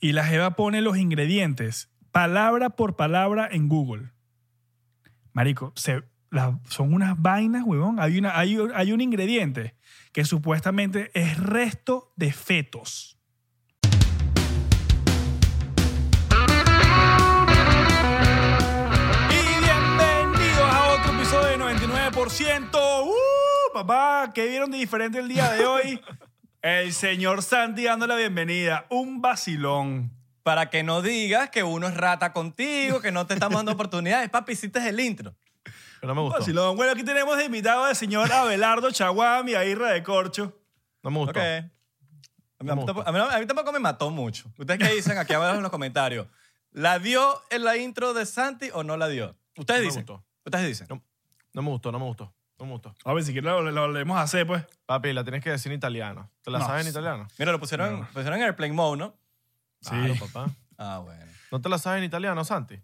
y la Jeva pone los ingredientes palabra por palabra en Google. Marico, se, la- son unas vainas, huevón. Hay, una, hay, un- hay un ingrediente que supuestamente es resto de fetos. Y bienvenidos a otro episodio de 99%. ¡Uh, papá! ¿Qué vieron de diferente el día de hoy? El señor Santi dando la bienvenida. Un vacilón. Para que no digas que uno es rata contigo, que no te estamos dando oportunidades. Papi, hiciste el intro. Pero no me Un gustó. vacilón. Bueno, aquí tenemos de invitado al señor Abelardo Chaguami, a Irra de Corcho. No me gustó. Ok. A mí, No me tampoco, a mí no- a mí tampoco me mató mucho. ¿Ustedes qué dicen aquí abajo en los comentarios? ¿La dio en la intro de Santi o no la dio? Ustedes No me dicen. gustó. Ustedes dicen. No me gustó, no me gustó. No me gustó. A ver, si quieres lo, lo, leemos a hacer, pues. Papi, la tienes que decir en italiano. ¿Te la No, sabes en sí. italiano? Mira, lo pusieron, No. pusieron en airplane mode, ¿no? Sí. Claro, papá. Ah, bueno. ¿No te la sabes en italiano, Santi?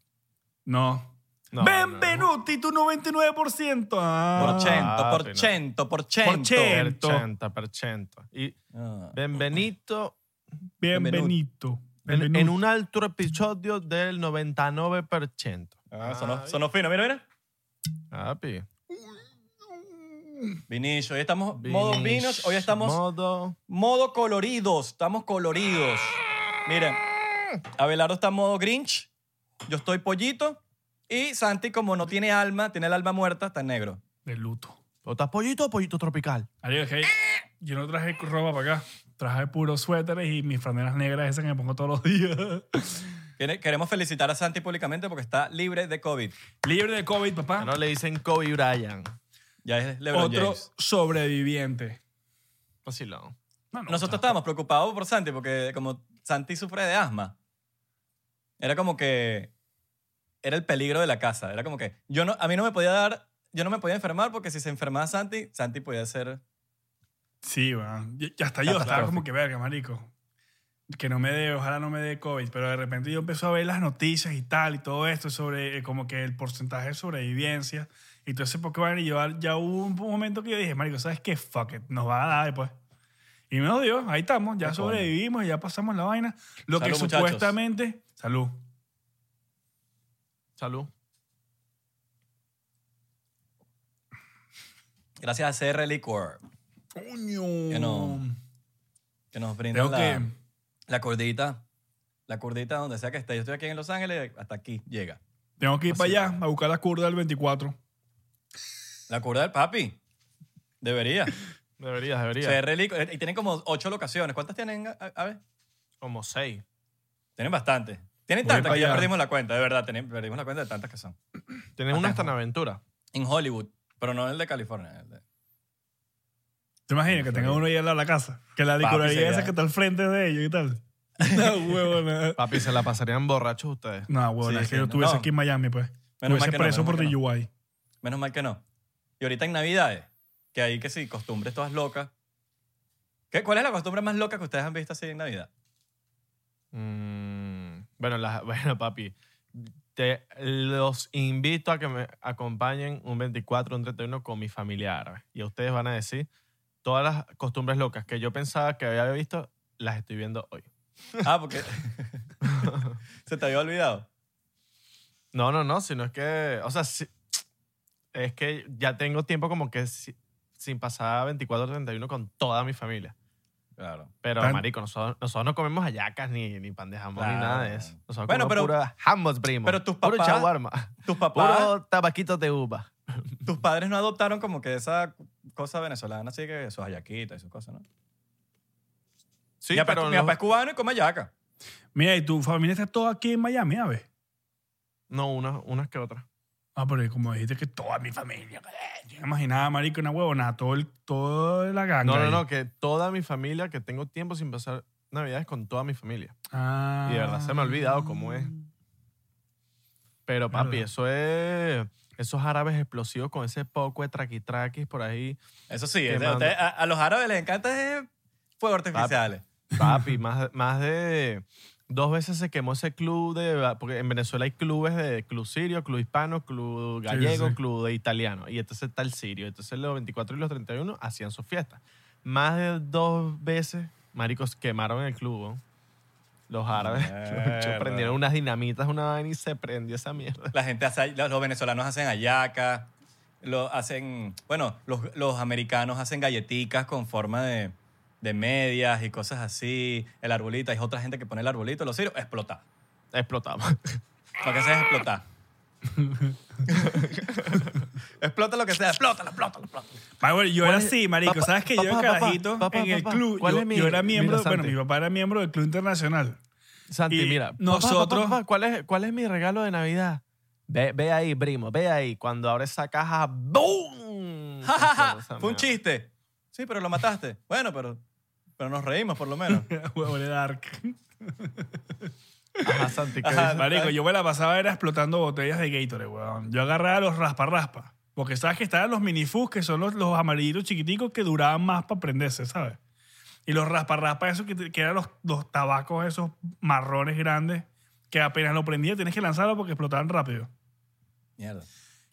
No. No. Benvenuti, tu 99%. Ah. Por cento, Ah, por pero- cento, por cento. cien. Percento, percento. Y Ah. benvenito Bienvenido. en, Benvenuti. en un alto episodio del 99%. Ah, sonó, sonó fino, mira, mira. Papi. Vinillo, hoy estamos modo vinos, hoy estamos Modo... modo coloridos, estamos coloridos. Miren, Abelardo está en modo Grinch, yo estoy pollito y Santi como no tiene alma, tiene el alma muerta, está en negro. De luto. ¿O estás pollito o pollito tropical? Ariel, hey, yo no traje ropa para acá. Traje puros suéteres y mis franelas negras esas que me pongo todos los días. Tiene- Queremos felicitar a Santi públicamente porque está libre de COVID. Libre de COVID, Ya Ah. papá. No le dicen Kobe Bryant. Ya es LeBron Otro James. sobreviviente. Vacilón. No, no, Nosotros está- estábamos preocupados por Santi porque como Santi sufre de asma, era como que era el peligro de la casa. Era como que yo no, a mí no me podía dar, yo no me podía enfermar porque si se enfermaba Santi, Santi podía ser Sí, weón. Y- y hasta yo estaba Catastrófico. como que verga, marico. Que no me dé, ojalá no me dé COVID. Pero de repente yo empecé a ver las noticias y tal y todo esto sobre eh, como que el porcentaje de sobrevivencia. Y todo ese poco van a llevar. Ya hubo un momento que yo dije, marico, ¿sabes qué? Fuck it, nos va a dar después. Y me dio, ahí estamos, ya Qué coño. sobrevivimos, ya pasamos la vaina. Lo que Salud, muchachos. supuestamente. Salud. Salud. gracias a CR Liquor. Coño. Que no. que nos brinda Tengo la, que. la cordita. La cordita donde sea que esté. Yo estoy aquí en Los Ángeles, hasta aquí llega. Tengo que ir Así para allá a buscar la curva del 24. La curda del papi. Debería. Deberías, deberías. Se relico- Y tienen como ocho locaciones. ¿Cuántas tienen? A, a ver. Como seis. Tienen bastantes. Tienen Voy tantas para que ya allá. perdimos la cuenta, de verdad. tenen- perdimos la cuenta de tantas que son. Tienes una hasta en aventura. En Hollywood, pero no el de California. el de- ¿Te imaginas que tenga uno ahí al lado de la casa? Que la Papi, licorería sería- esa que está al frente de ellos y tal. No, huevona. Papi, se la pasarían borrachos ustedes. No, huevona, Sí, es que sí, yo no. estuviese No. aquí en Miami, pues. Menos mal estuviese que no, preso menos por mal que no. DUI. Menos mal que no. Y ahorita en Navidades, que hay que sí, costumbres todas locas. ¿Qué, ¿Cuál es la costumbre más loca que ustedes han visto así en Navidad? Mm, bueno, la- bueno, papi. Te, los invito a que me acompañen un 24, un 31 con mi familia árabe. Y ustedes van a decir todas las costumbres locas que yo pensaba que había visto, las estoy viendo hoy. Ah, porque se te había olvidado. No, no, no, sino es que, o sea, sí- es que ya tengo tiempo como que si- sin pasar 24, 31 con toda mi familia. Claro. Pero, Tan- marico, nosotros, nosotros no comemos hallacas ni, ni pan de jamón Claro. ni nada de eso. Nosotros Bueno, comemos pero- pura hummus, primo. pero tus Puro papás- shawarma. Tus papás, Puro tabaquitos de uva. tus padres no adoptaron como que esa cosa venezolana, así que sus hallaquitas y sus cosas, ¿no? Sí, mi, papá, pero mi no, papá es cubano y come hallaca. Mira, y tu familia está toda aquí en Miami, ¿sabes? no unas unas que otras. Ah, pero como dijiste que toda mi familia. eh, Yo me imaginaba, marico, una huevona, todo el, toda la ganga. No, no, ahí. no, que toda mi familia, que tengo tiempo sin pasar navidades con toda mi familia. Ah. Y de verdad se me ha olvidado cómo es. Pero, papi, Verdad. eso es... Esos árabes explosivos con ese poco de traquitraquis por ahí. Eso sí, Qué es de- mando. ustedes- a, a los árabes les encanta eh, fuegos Ah, artificiales. Papi, más, más de... Dos veces se quemó ese club de... ah, Porque en Venezuela hay clubes de club sirio, club hispano, club Sí, sí, gallego, sí. club de italiano. Y entonces está el sirio. Entonces los 24 y los 31 hacían sus fiestas. Más de dos veces, maricos, quemaron el club. ¿no? Los árabes. Mierda. Los bichos prendieron unas dinamitas, una vaina y se prendió esa mierda. La gente hace, los, los venezolanos hacen hallacas, lo hacen, bueno, los, los americanos hacen galletitas con forma de, de medias y cosas así, el arbolito, hay otra gente que pone el arbolito, los sirve, explota. Explotamos. Lo que sea es explotar. explota lo que sea, explótalo, explótalo, explótalo. Ma, bueno, yo ¿Cuál era es- así, marico. papá, ¿Sabes que yo papá, de papá, carajito papá, en el papá, club? ¿cuál yo, es mi- yo era mi miembro, bueno, Santi? mi papá era miembro del Club Internacional. Santi, Y mira. papá, nosotros- papá, papá, ¿cuál, es, ¿Cuál es mi regalo de Navidad? Ve, ve ahí, primo, ve ahí. Cuando abre esa caja, ¡boom! Ja, ja, ja, Esa Fue un mierda. chiste. Sí, pero lo mataste. Bueno, pero, pero nos reímos por lo menos. Huevo, era dark. Ajá, Santi, ¿qué Ajá. dices? Marico, yo me la pasaba era explotando botellas de Gatorade, weón. Yo agarraba los raspa-raspa. Porque sabes que estaban los minifus, que son los, los amarillitos chiquiticos que duraban más para prenderse, ¿sabes? Y los raspa-raspa, esos que, te- que eran los, los tabacos esos marrones grandes, que apenas lo prendía tienes que lanzarlo porque explotaban rápido. Mierda.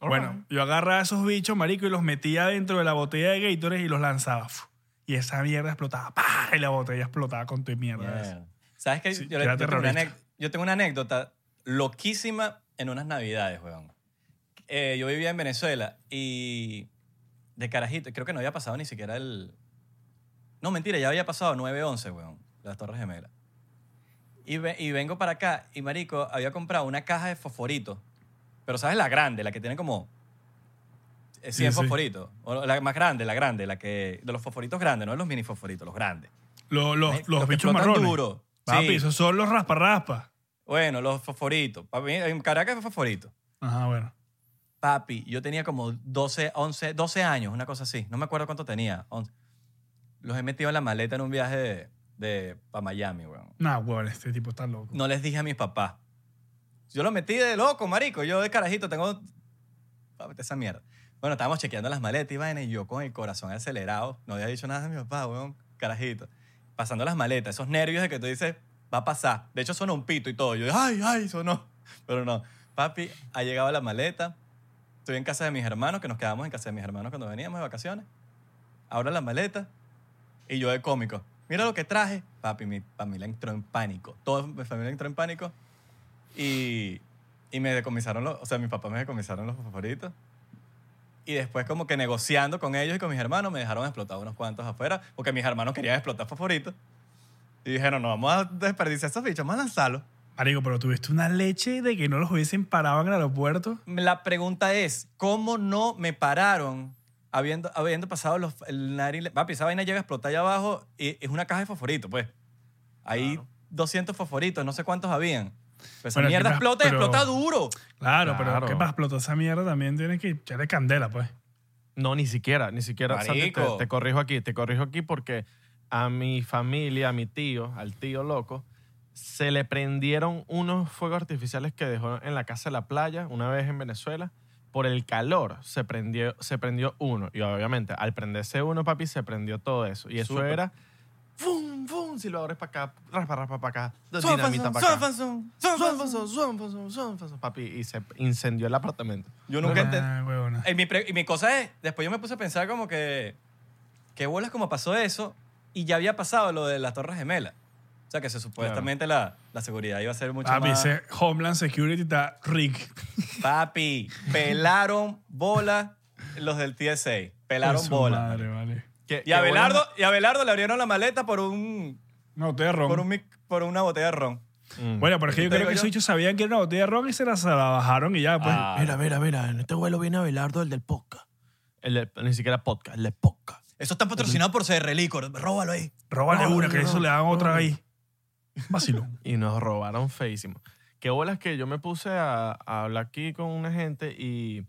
Bueno, yo agarraba esos bichos, marico, y los metía dentro de la botella de Gatorade y los lanzaba. Fu. Y esa mierda explotaba. ¡pah! Y la botella explotaba con tu mierda. esa. Mierda. ¿Sabes qué? Sí, yo, que era yo tengo una terrorista. anec- yo tengo una anécdota loquísima en unas navidades, weón. Eh, yo vivía en Venezuela y de carajito, creo que no había pasado ni siquiera el... No, mentira, ya había pasado 9-11, weón, las Torres Gemelas. Y, ve- y vengo para acá y, marico, había comprado una caja de fosforitos. Pero, ¿sabes? La grande, la que tiene como eh, 100 Sí, sí. fosforitos. O la más grande, la grande, la que... De los fosforitos grandes, no de los mini fosforitos, los grandes. Los, los- Marico, los que bichos explotan marrones. duro. Papi, Sí. esos son los raspa-raspa. Bueno, los fosforitos. Para mí, en Caracas fue fosforito. Ajá, bueno. Papi, yo tenía como 12, 11, 12 años, una cosa así. No me acuerdo cuánto tenía. 11. Los he metido en la maleta en un viaje de, para Miami, weón. Nah, weón, este tipo está loco. No les dije a mis papás. Yo los metí de loco, marico. Yo de carajito tengo... Papi, esa mierda. Bueno, estábamos chequeando las maletas y vaina y yo con el corazón acelerado. No había dicho nada a mi papá, weón. Carajito. Pasando las maletas, esos nervios de que tú dices, va a pasar. De hecho, sonó un pito y todo. Yo, ay, ay, sonó. Pero no. Papi, ha llegado la maleta. Estoy en casa de mis hermanos, que nos quedamos en casa de mis hermanos cuando veníamos de vacaciones. Abro la maleta y yo de cómico. Mira lo que traje. Papi, mi familia entró en pánico. Toda mi familia entró en pánico. Y, y me decomisaron los... O sea, mis papás me decomisaron los favoritos. Y después como que negociando con ellos y con mis hermanos, me dejaron explotar unos cuantos afuera, porque mis hermanos querían explotar favoritos. Y dijeron, no, vamos a desperdiciar esos bichos, vamos a lanzarlos. Marico, pero tuviste una leche de que no los hubiesen parado en el aeropuerto. La pregunta es, ¿cómo no me pararon habiendo, habiendo pasado los... El nariz, papi, esa vaina llega a explotar allá abajo y es una caja de fosforitos, pues. Hay Claro. 200 fosforitos, no sé cuántos habían. Pero esa Bueno, mierda quizás, explota, y pero- explota duro. Claro, Claro. pero que para explotar esa mierda también tienes que echarle candela, pues. No, ni siquiera, ni siquiera. Santi, te, Marico. te corrijo aquí, te corrijo aquí porque a mi familia, a mi tío, al tío loco, se le prendieron unos fuegos artificiales que dejó en la casa de la playa una vez en Venezuela. Por el calor se prendió, se prendió uno. Y obviamente, al prenderse uno, papi, se prendió todo eso. Y eso Súper. era. ¡Fum, fum! Silbadores para acá, raspa, raspa para acá, Swanson, dinamita para acá. Swanson, Swanson. Zuanfazo, zuanfazo, zuanfazo, Papi, y se incendió el apartamento. Yo nunca... enten- Ah, huevona. Y mi, pre- y mi cosa es, después yo me puse a pensar como que, qué bolas como pasó eso y ya había pasado lo de las Torres Gemelas. O sea, que se supuestamente la, la seguridad iba a ser mucho Papi, más... ese Homeland Security está rick. Papi, pelaron bola los del TSA. Pelaron Su bola. madre, marico. vale. ¿Qué- Y qué a, bolas- Belardo, y a Belardo le abrieron la maleta por un, No, te ron. por un mic- por una botella de ron. Mm. Bueno, pero es que ¿Qué yo te creo digo que yo? esos bichos sabían que era una botella de ron y se la, se la bajaron y ya, pues. Ah, Mira, mira, mira, en este vuelo viene Abelardo, el del podcast. El del- ni siquiera podcast, el del podcast. Eso está patrocinado por CR Licor. Róbalo ahí. Róbale No, una, no, que no, eso le dan otra no. ahí. Vacilón. Y nos robaron feísimo. Qué bolas que yo me puse a, a hablar aquí con una gente y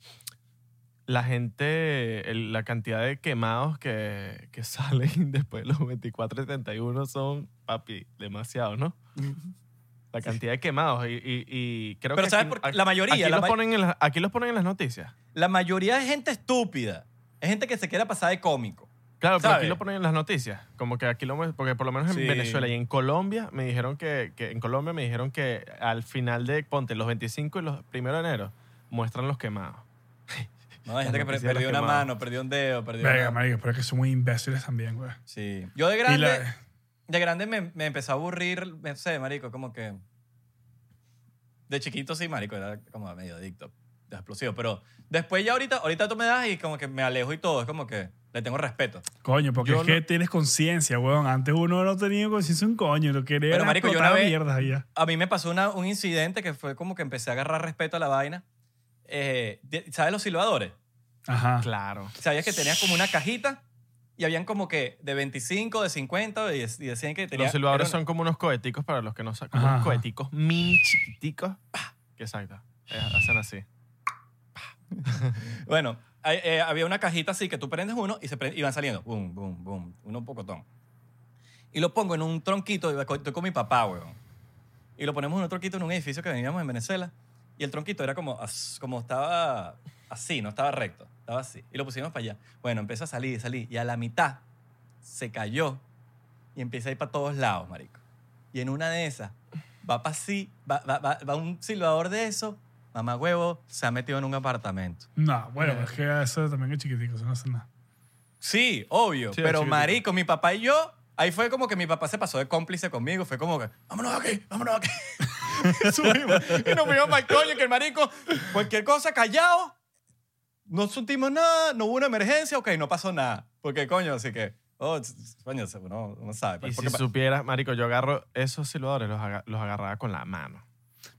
la gente, el- la cantidad de quemados que, que salen después de los 24 y 31 son, papi, demasiado, ¿no? La cantidad de quemados. Y, y- y creo Pero que ¿sabes por aquí- qué? La mayoría, Aquí, la los ma- ponen en las- aquí los ponen en las noticias. La mayoría es gente estúpida. Es gente que se quiera pasar de cómico. Claro, pero aquí ¿Sabe? lo ponen en las noticias. Como que aquí lo mu- porque por lo menos en Sí. Venezuela y en Colombia me dijeron que, que en Colombia me dijeron que al final de ponte los 25 y los 1 de enero muestran los quemados. No, hay gente que per- noticias de perdió las una quemadas. mano, perdió un dedo, perdió Venga, una... marico, pero es que son muy imbéciles también, güey. Sí. Yo de Y grande... la- de grande me, me empezó a aburrir, no sé, marico, como que... De chiquito sí, marico, era como medio adicto, explosivo. Pero después ya ahorita, ahorita tú me das y como que me alejo y todo. Es como que le tengo respeto. Coño, porque Yo es que no- tienes conciencia, weón. Antes uno no tenía conciencia un coño. Lo que era Pero, marico, yo explotar una vez- mierdas allá. A mí me pasó una- un incidente que fue como que empecé a agarrar respeto a la vaina. Eh, de- ¿Sabes los silbadores? Ah. Ajá. Claro. Sabías que tenías como una cajita y habían como que de 25, de 50 y de- y decían que tenía... los silbadores era son como unos coheticos para los que no saben. Como Ajá, unos ajá. coheticos mini chiquiticos. ¡pah! Que exacto. Eh, Hacen así. una- Bueno, hay- eh, había una cajita así que tú prendes uno y, se prende- y van saliendo. Boom, boom, boom. Uno un pocotón. Y lo pongo en un tronquito. y Estoy con mi papá, weón. Y lo ponemos en un tronquito en un edificio que veníamos en Venezuela. Y el tronquito era como, as- como estaba así, no estaba recto. Estaba así. Y lo pusimos para allá. Bueno, empezó a salir, salir. Y a la mitad se cayó y empieza a ir para todos lados, marico. Y en una de esas va para así, va, va, va- va un silbador de eso. Mamá huevo se ha metido en un apartamento. No, bueno, es que eso también es chiquitico, eso no hace nada. Sí, obvio. Sí, pero chiquitico. marico, mi papá y yo, ahí fue como que mi papá se pasó de cómplice conmigo. Fue como que, vámonos de aquí, vámonos de aquí. Subimos. Y nos fuimos para el coño, que el marico, cualquier cosa, callado. No sentimos nada, no hubo una emergencia, ok, no pasó nada. Porque coño, así que, oh, s- s- coño, se- uno, uno sabe. Y pues, si porque pa- supieras, marico, yo agarro esos silbadores, los, aga- los agarraba con la mano.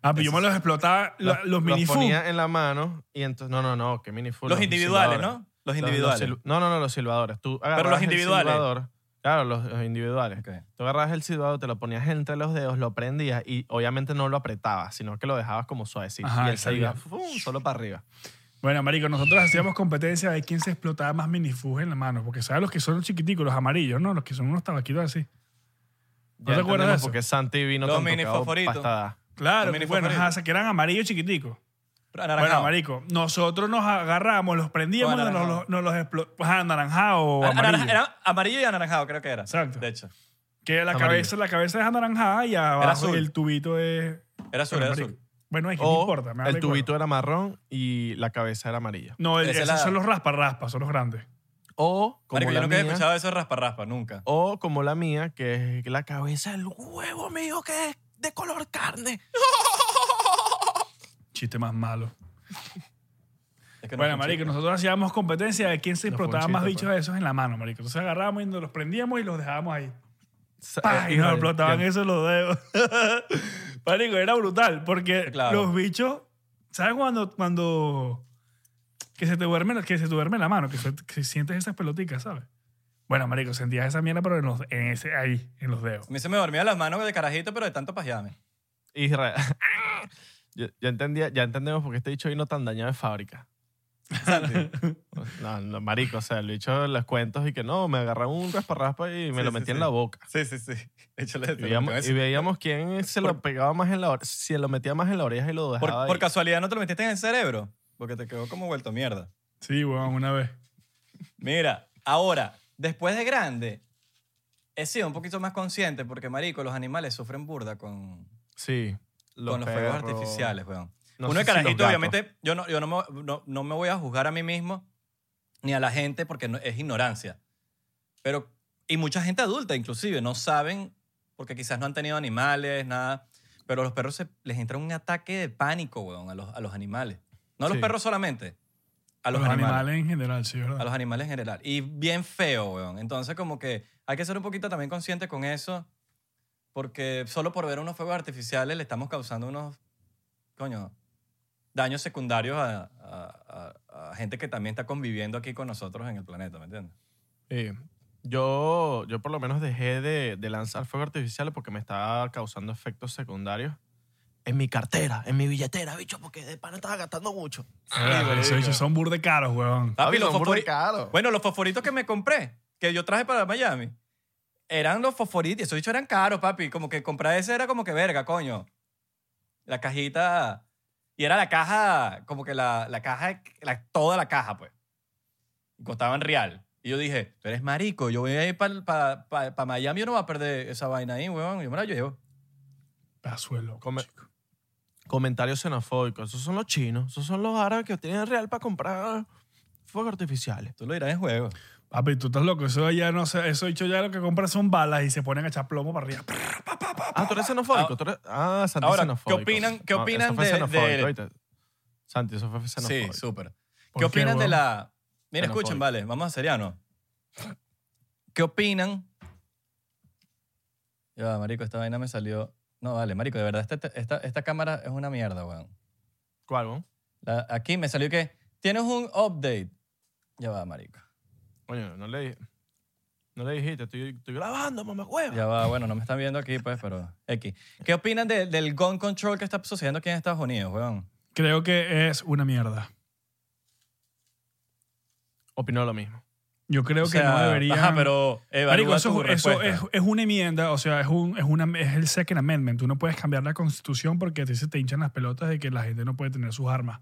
Ah, pero yo Eso me los explotaba, la- los, mini food. ponía en la mano y entonces... No, no, no, qué minifu. pues, los individuales, ¿no? Los individuales. no, no, no, los silbadores. Tú agarrabas los el individuales. silbador, claro, los, los individuales. Ok. Tú agarrabas el silbador, te lo ponías entre los dedos, lo prendías y obviamente no lo apretabas, sino que lo dejabas como suavecito. Ajá, y él se iba exacto. ¡fum! solo para arriba. Bueno, marico, nosotros hacíamos competencia de quién se explotaba más minifug en la mano. Porque sabes los que son los chiquiticos, los amarillos, ¿no? Los que son unos tabaquitos así. ¿No Ya te acuerdas entendemos de eso? por qué Santi vino Los tan mini tocado fosforitos. pastada. Claro, Los mini bueno, favoritos. ajá, o sea, que eran amarillos chiquiticos. Bueno, pues, Anaranjado. marico, nosotros nos agarramos, los prendíamos, O nos anaranjado. los, nos los explo- ajá, anaranjado o Ana- amarillo. anaranja- era amarillo y anaranjado, creo que era. Exacto. De hecho. que la Amarillo. cabeza, la cabeza es anaranjada y abajo azul. el tubito es... Era azul, Bueno, era marico, azul. Bueno, es que no O importa. me da el igual. tubito era marrón y la cabeza era amarilla. No, el- Esa esos la- son los raspa-raspa, son los grandes. O como, Marico, yo la nunca he mía, escuchado eso de raspa-raspa, nunca. o como la mía, que es la cabeza del huevo mío que es de color carne. Chiste más malo. Es que no Bueno, escuché. marico, nosotros hacíamos competencia de quién se No fue un explotaba más chiste, bichos de esos en la mano, marico. Entonces agarramos y nos los prendíamos y los dejábamos ahí. ¡Pah! Pa, Y nos explotaban eso en los dedos. marico, era brutal porque Claro. los bichos... ¿Sabes cuando... cuando que se te duerme, la- que se te duerme la mano, que, se- que sientes esas peloticas, ¿sabes? Bueno, marico, sentías esa mierda, pero en los, en ese, ahí, en los dedos. A mí se me dormían las manos de carajito, pero de tanto pajeame. Israel. Yo, yo entendía, ya entendemos por qué este dicho vino tan dañado de fábrica. Santi. No, no, marico, o sea, el bicho los cuentos y que no, me agarraba un rasparraspa y me Sí, lo sí, metí en sí. la boca. Sí, sí, sí. Échale Y veíamos, y veíamos quién se lo pegaba más en la oreja, si lo metía más en la oreja y lo por, dejaba por ahí. casualidad no te lo metiste en el cerebro, porque te quedó como vuelto mierda. Sí, weón, una vez. Mira, ahora, después de grande, he sido un poquito más consciente porque, marico, los animales sufren burda con, Sí. con los fuegos perros. artificiales, weón. No Uno de sé si los carajito, gatos. obviamente, yo, no, yo no, me, no, no me voy a juzgar a mí mismo ni a la gente porque no- es ignorancia. Pero, y mucha gente adulta inclusive, no saben, porque quizás no han tenido animales, nada, pero a los perros se- les entra un ataque de pánico, weón, a los, a los animales. No a los Sí. perros solamente, a los, los animales. animales en general, sí, ¿verdad? A los animales en general. Y bien feo, weón. Entonces como que hay que ser un poquito también consciente con eso, porque solo por ver unos fuegos artificiales le estamos causando unos, coño, daños secundarios a, a- a- a gente que también está conviviendo aquí con nosotros en el planeta, ¿me entiendes? Sí. Yo, yo por lo menos dejé de, de lanzar fuegos artificiales porque me estaba causando efectos secundarios en mi cartera, en mi billetera, bicho, porque de pana estaba gastando mucho. Ah, esos Sí, marico. bichos son burde caros, weón. Papi, los son burda de fosfori- caro. Bueno, los fosforitos que me compré, que yo traje para Miami, eran los fosforitos. Esos dicho eran caros, papi. Como que comprar ese era como que verga, coño. La cajita. Y era la caja, como que la, la caja, la- toda la caja, pues. Y costaban real. Y yo dije, tú eres marico, yo voy a ir para Miami, yo no voy a perder esa vaina ahí, weón. Yo me la llevo. Pazuelo. Come- chico. Comentarios xenofóbicos. Esos son los chinos, esos son los árabes que tienen real para comprar fuegos artificiales. Tú lo dirás en juego. Papi, tú estás loco. Eso ya no sé. Eso dicho ya lo que compras son balas y se ponen a echar plomo para arriba. Ah, tú eres xenofóbico. tú eres- Ah, Santi Ahora, es xenofóbico. ¿qué opinan- qué No, opinan eso fue de- xenofóbico, de- ¿oíste? Santi, eso fue Sí, xenofóbico. súper. ¿Por ¿Qué opinan de weón? la...? Mira, Xenofóbico. escuchen, vale, vamos a seriano. ¿Qué opinan? Ya, va, marico, esta vaina me salió... No, vale, marico, de verdad, esta, esta, esta cámara es una mierda, weón. ¿Cuál, weón? La- aquí me salió que tienes un update. Ya va, marico. Coño, no le dije. No le dijiste, estoy, estoy grabando, mamá huevo. Ya va, bueno, no me están viendo aquí, pues, pero... X. ¿Qué opinan de- del gun control que está sucediendo aquí en Estados Unidos, weón? Creo que es una mierda. Opinó lo mismo. Yo creo O que no sea, debería. Ajá, pero Marico, evalúa eso, tu es- eso es, respuesta. es una enmienda, o sea, es, un, es, una, es el Second Amendment. Tú no puedes cambiar la constitución porque a ti se te hinchan las pelotas de que la gente no puede tener sus armas.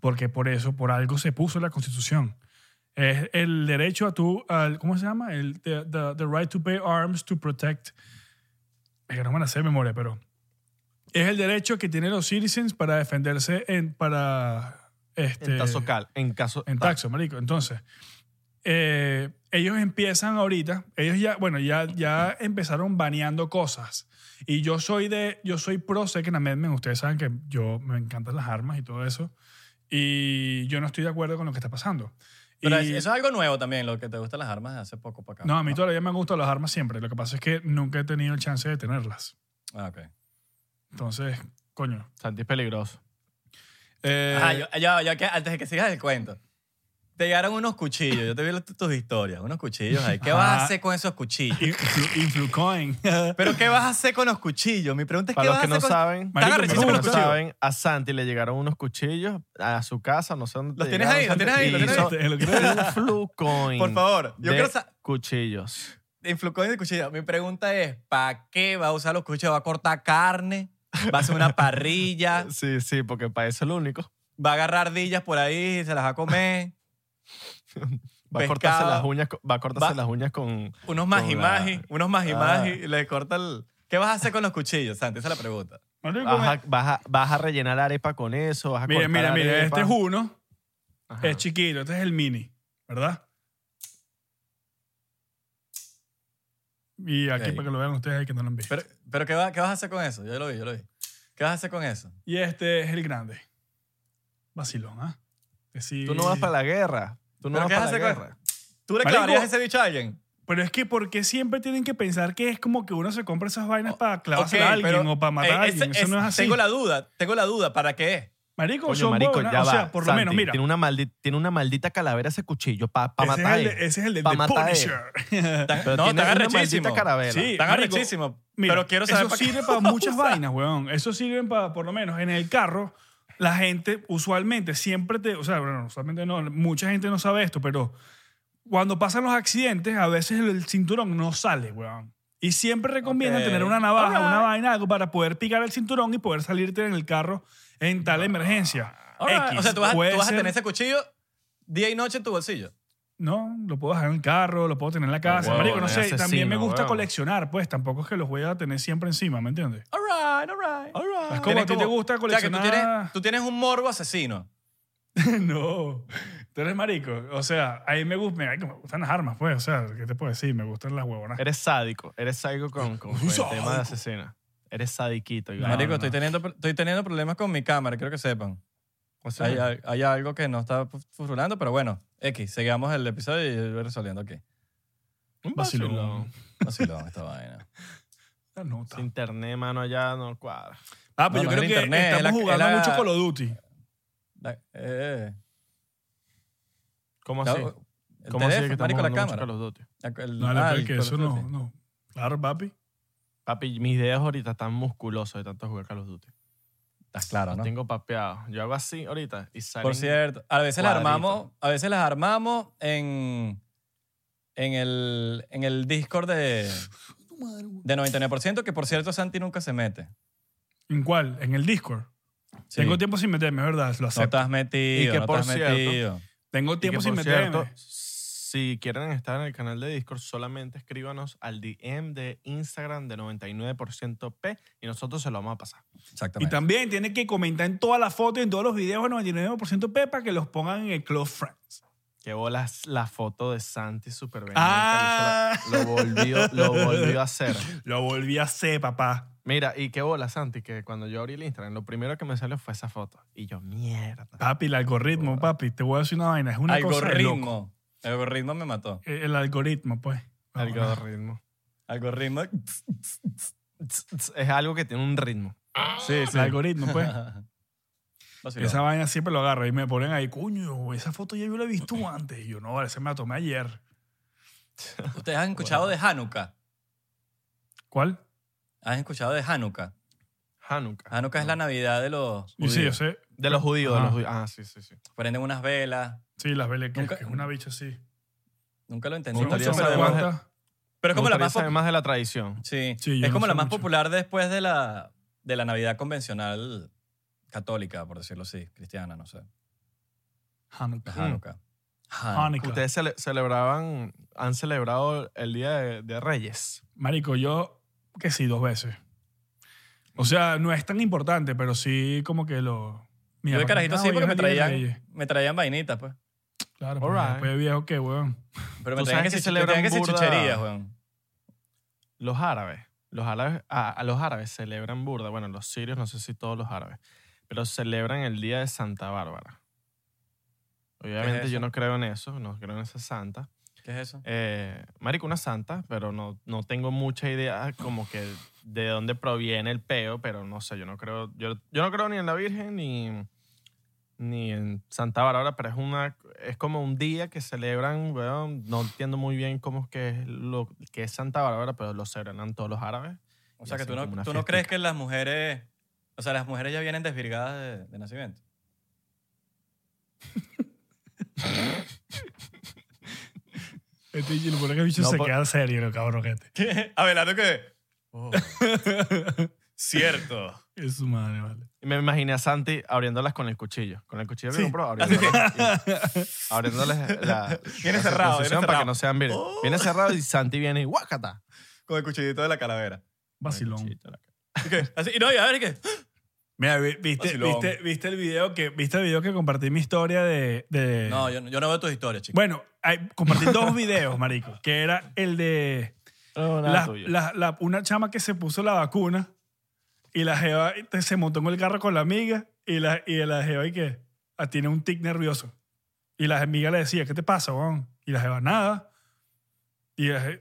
Porque por eso, por algo se puso la constitución. Es el derecho a tu, al, ¿cómo se llama? El, the, the- the right to bear arms to protect. Es que no me la sé de memoria, pero... Es el derecho que tienen los citizens para defenderse en, para... Este, En caso cal. En caso. en tal. taxo, marico. Entonces, eh, ellos empiezan ahorita, ellos ya, bueno, ya, ya empezaron baneando cosas. Y yo soy de, yo soy pro Second Amendment, ustedes saben que yo me encantan las armas y todo eso. Y yo no estoy de acuerdo con lo que está pasando. Pero Y- es- eso es algo nuevo también, lo que te gustan las armas de hace poco para acá. Ah, no, a mí todavía me han gustado las armas siempre. Lo que pasa es que nunca he tenido el chance de tenerlas. Ah, ok. Entonces, coño. Santi es peligroso. Eh, Ajá, yo, ya, ya que antes de que sigas el cuento. Te llegaron unos cuchillos, yo te vi tu- tus historias, unos cuchillos ahí. ¿Qué vas a Ajá. hacer con esos cuchillos? Influ- Influcoin. Pero ¿qué vas a hacer con los cuchillos? Mi pregunta es ¿qué Para los vas que a no hacer con saben, Marico, Tan para arrechísimos los que no los cuchillos. saben, a Santi le llegaron unos cuchillos a su casa, no sé dónde Los te tienes ahí, los llegaron, tienes ahí, los Santi, tienes y ahí. hizo Este, Lo que- un Flucoin Por favor, yo de quiero saber. cuchillos. Influcoin de cuchillo. Mi pregunta es: ¿para qué va a usar los cuchillos? ¿Va a cortar carne? ¿Va a hacer una parrilla? Sí, sí, porque para eso es lo único. ¿Va a agarrar ardillas por ahí? ¿Se las va a comer? Va a Pescado. cortarse las uñas, co- va a cortarse Va- las uñas con Unos maji-maji, unos maji-maji, Ah. y le corta el. ¿Qué vas a hacer con los cuchillos, Santi? Esa es la pregunta. Marico, me- vas a, vas a- vas a rellenar arepa con eso, vas a Mira, cortar mira, mira. Este arepa. es uno. Ajá. Es chiquito, este es el mini, ¿verdad? Y aquí Ok. para que lo vean ustedes que no lo han visto. Pero, pero ¿qué, va- ¿qué vas a hacer con eso? Yo lo vi, yo lo vi. ¿Qué vas a hacer con eso? y este es el grande. Vacilón, ¿ah? Que sí- Tú no vas para la guerra. Tú no ¿Pero vas qué para la hace con- guerra. ¿Tú le Marico. clavarías ese bicho a alguien? Pero es que ¿por qué siempre tienen que pensar que es como que uno se compra esas vainas para clavarse Ok, a alguien pero, o e- para matar a eh, ese- alguien? Eso es- no es así. Tengo la duda, tengo la duda. ¿Para qué? Marico, Coño, son marico, huevonas, ya O va. sea, por lo Santi, menos, mira. Tiene una, maldi- tiene una maldita calavera ese cuchillo para pa ese, matar. es el de, ese es el de Pa' The matar, eh. Punisher. Tan- no, Pero tiene están una maldita arrechísimos. caravela. Sí, Están marico, arrechísimos. Mira, Pero quiero saber eso para qué sirve lo para vas a muchas usar. vainas, weón. Eso sirve para, por lo menos, en el carro, la gente usualmente siempre te. O sea, bueno, usualmente no, mucha gente no sabe esto, pero cuando pasan los accidentes, a veces el, el cinturón no sale, weón. Y siempre recomiendan Ok. tener una navaja, Alright. una vaina, algo para poder picar el cinturón y poder salirte en el carro en tal emergencia. Alright. X. Ah, O sea, tú vas, a- Puede tú vas a ser- tener ese cuchillo día y noche en tu bolsillo. No, lo puedo dejar en el carro, lo puedo tener en la casa. huevo, Marico, no eres sé, asesino, también me gusta huevo. coleccionar, pues tampoco es que los voy a tener siempre encima, ¿me entiendes? All right, all right. Es como Tienes a ti te gusta o sea, que tú coleccionar. tienes, tú tienes un morbo asesino. no, tú eres marico. O sea, a mí me, gust- me- me gustan las armas, pues. O sea, ¿qué te puedo decir? Me gustan las huevonas. Eres sádico. Eres sádico con, con- con Sádico. el tema de asesina. Eres sadiquito. Iván. Marico, No, estoy, no. teniendo, estoy teniendo problemas con mi cámara, quiero que sepan. O sea, Hay, hay- hay algo que no está fu- funcionando, pero bueno, X, sigamos el episodio y yo voy resolviendo aquí. un vacilón. vacilón. Vacilón esta vaina. La nota. Ese Internet, mano, allá no cuadra. Ah, pero No, yo creo no es que internet, es estamos la- jugando es la- mucho Call of Duty. La- eh, ¿Cómo la- así? el ¿Cómo así que teléfono, estamos marico, la jugando mucho cámara. Call of Duty? La- el- No, ah, pero el pues, que Call eso of no, Duty. no. Claro, papi. Papi, mis dedos ahorita están musculosos de tanto jugar Call of Duty. Estás claro, Los ¿no? tengo papeados. Yo hago así ahorita y salen... Ah. Por cierto, a veces las cuadritos. armamos, a veces las armamos en, en, el, en el Discord de, de 99%, que por cierto Santi nunca se mete. ¿En cuál? En el Discord. Sí. Tengo tiempo sin meterme, es verdad, lo No acepto. estás metido, Y que no por estás cierto- metido. Tengo Y que, tiempo sin por meterme. cierto, si quieren estar en el canal de Discord, solamente escríbanos al DM de Instagram de 99% P y nosotros se lo vamos a pasar. Y Exactamente. también tienen que comentar en todas las fotos y en todos los videos 99% Pepa que los pongan en el Close Friends. Que bolas la foto de Santi Supervenita. Ah. Lo, volvió, lo volvió a hacer. Lo volví a hacer, papá. Mira, y qué bola, Santi, que cuando yo abrí el Instagram, lo primero que me salió fue esa foto. Y yo, mierda. Papi, el algoritmo, papi. Te voy a decir una vaina. Es una cosa de loco. Algoritmo. El algoritmo me mató. eh, El el algoritmo, pues. Algoritmo. Algoritmo. Tss, tss, Es algo que tiene un ritmo. Sí, El algoritmo, pues. Vacilón. Esa vaina siempre lo agarro y me ponen ahí, coño, esa foto ya yo la he visto antes. Y yo, no, vale, esa me la tomé ayer. ¿Ustedes han escuchado de Hanukkah? ¿Cuál? ¿Han escuchado de Hanukkah? Hanukkah. Ah, Hanukkah es la Navidad de los Y judíos. sí, yo sé. De los judíos, de Ajá. los judíos. Ah, sí, sí, sí. Prenden unas velas. Sí, las velas, que, Nunca- que es una bicha así. Nunca lo entendí Son gustaría mucho, muchas saber pero, más además- de- cuantas. pero es como Me la gustaría más saber pop- más de la tradición. Sí. Sí, yo es no como sé la más mucho. popular después de la, de la Navidad convencional católica, por decirlo así, cristiana, no sé. Hanukkah. De Hanukkah. Han- Hanukkah. Ustedes cele- celebraban, han celebrado el Día de, de Reyes. Marico, yo que sí, dos veces. O sea, no es tan importante, pero sí como que lo... mi Yo de papá, carajito "Ah, sí, hoy porque es me el día de traían, Reyes". me traían vainitas, pues. Claro, pero Alright. después de viejo, ¿qué, weón? Pero me ¿Tú traían que, sabes que si- me celebran traían que si burda? chucherías, weón. Los árabes. Los árabes a, a los árabes celebran burda. Bueno, los sirios, no sé si todos los árabes. Pero celebran el Día de Santa Bárbara. Obviamente eso? yo no creo en eso, no creo en esa santa. ¿Qué es eso? Eh, marico, una santa, pero no, no tengo mucha idea como que de dónde proviene el peo, pero no sé, yo no creo, yo, yo no creo ni en la Virgen ni, ni en Santa Bárbara, pero es una es como un día que celebran, weón, no entiendo muy bien cómo es que es lo que es Santa Bárbara, pero lo celebran todos los árabes. O sea, Y que hacen tú no, como una tú no crees fiestica. que las mujeres... O sea, las mujeres ya vienen desvirgadas de, de nacimiento. Este y lo pone que el bicho No, se por- queda serio, lo cabrón que este. ¿Qué? Abelardo, ¿qué? Oh. Cierto. Es su madre, vale. Y me imaginé a Santi abriéndolas con el cuchillo, con el cuchillo Sí. que compró, abriéndolas, y- abriéndolas la, Viene cerrado, viene la circuncisión para cerrado. que no sean virgen. Oh. Viene cerrado y Santi viene y guácata. Con el cuchillito de la calavera. Eh. Vacilón. ¿Y qué? Así, y no, y a ver, ¿y ¿qué? Mira, vi- viste, Vacilón. viste, viste el video que viste el video que compartí mi historia de, de- No, yo, no- yo no veo tus historias, chicos. bueno, hay- compartí dos videos, marico, que era el de la- la- la- una chama que se puso la vacuna y la jeva te- se montó en el carro con la amiga y la y la jeva y que ah, tiene un tic nervioso y la amiga le decía, "¿Qué te pasa, weón?" Y la jeva nada. Y la je-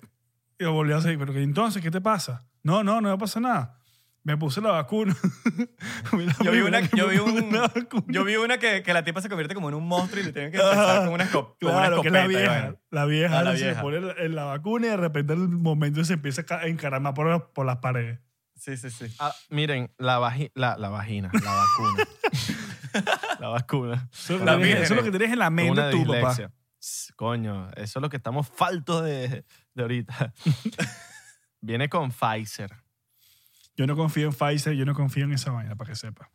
y lo volvió a decir, "¿Pero que entonces qué te pasa?" "No, no, no me pasa nada." Me puse la vacuna. A mí la Yo vi primera una- que yo me vi puse un- la vacuna. Yo vi una que, que la tipa se convierte como en un monstruo y le tienen que Ajá. empezar con una, esco- con una Claro, que la escopeta. y vieja, vaina. la vieja, Ah, la se le vieja. pone la- en la vacuna y de repente en el momento se empieza a ca- encaramar por, las- por las paredes. Sí, sí, sí. Ah, miren, la, vagi- la, la vagina, la vacuna. la vacuna. Eso es, lo La que tienes- virgen. eso es lo que tienes en la Tengo mente eh, una tú, papá. dislexia. Ss, Coño, eso es lo que estamos faltos de, de ahorita. Viene con Pfizer. Yo no confío en Pfizer, yo no confío en esa vaina, para que sepa.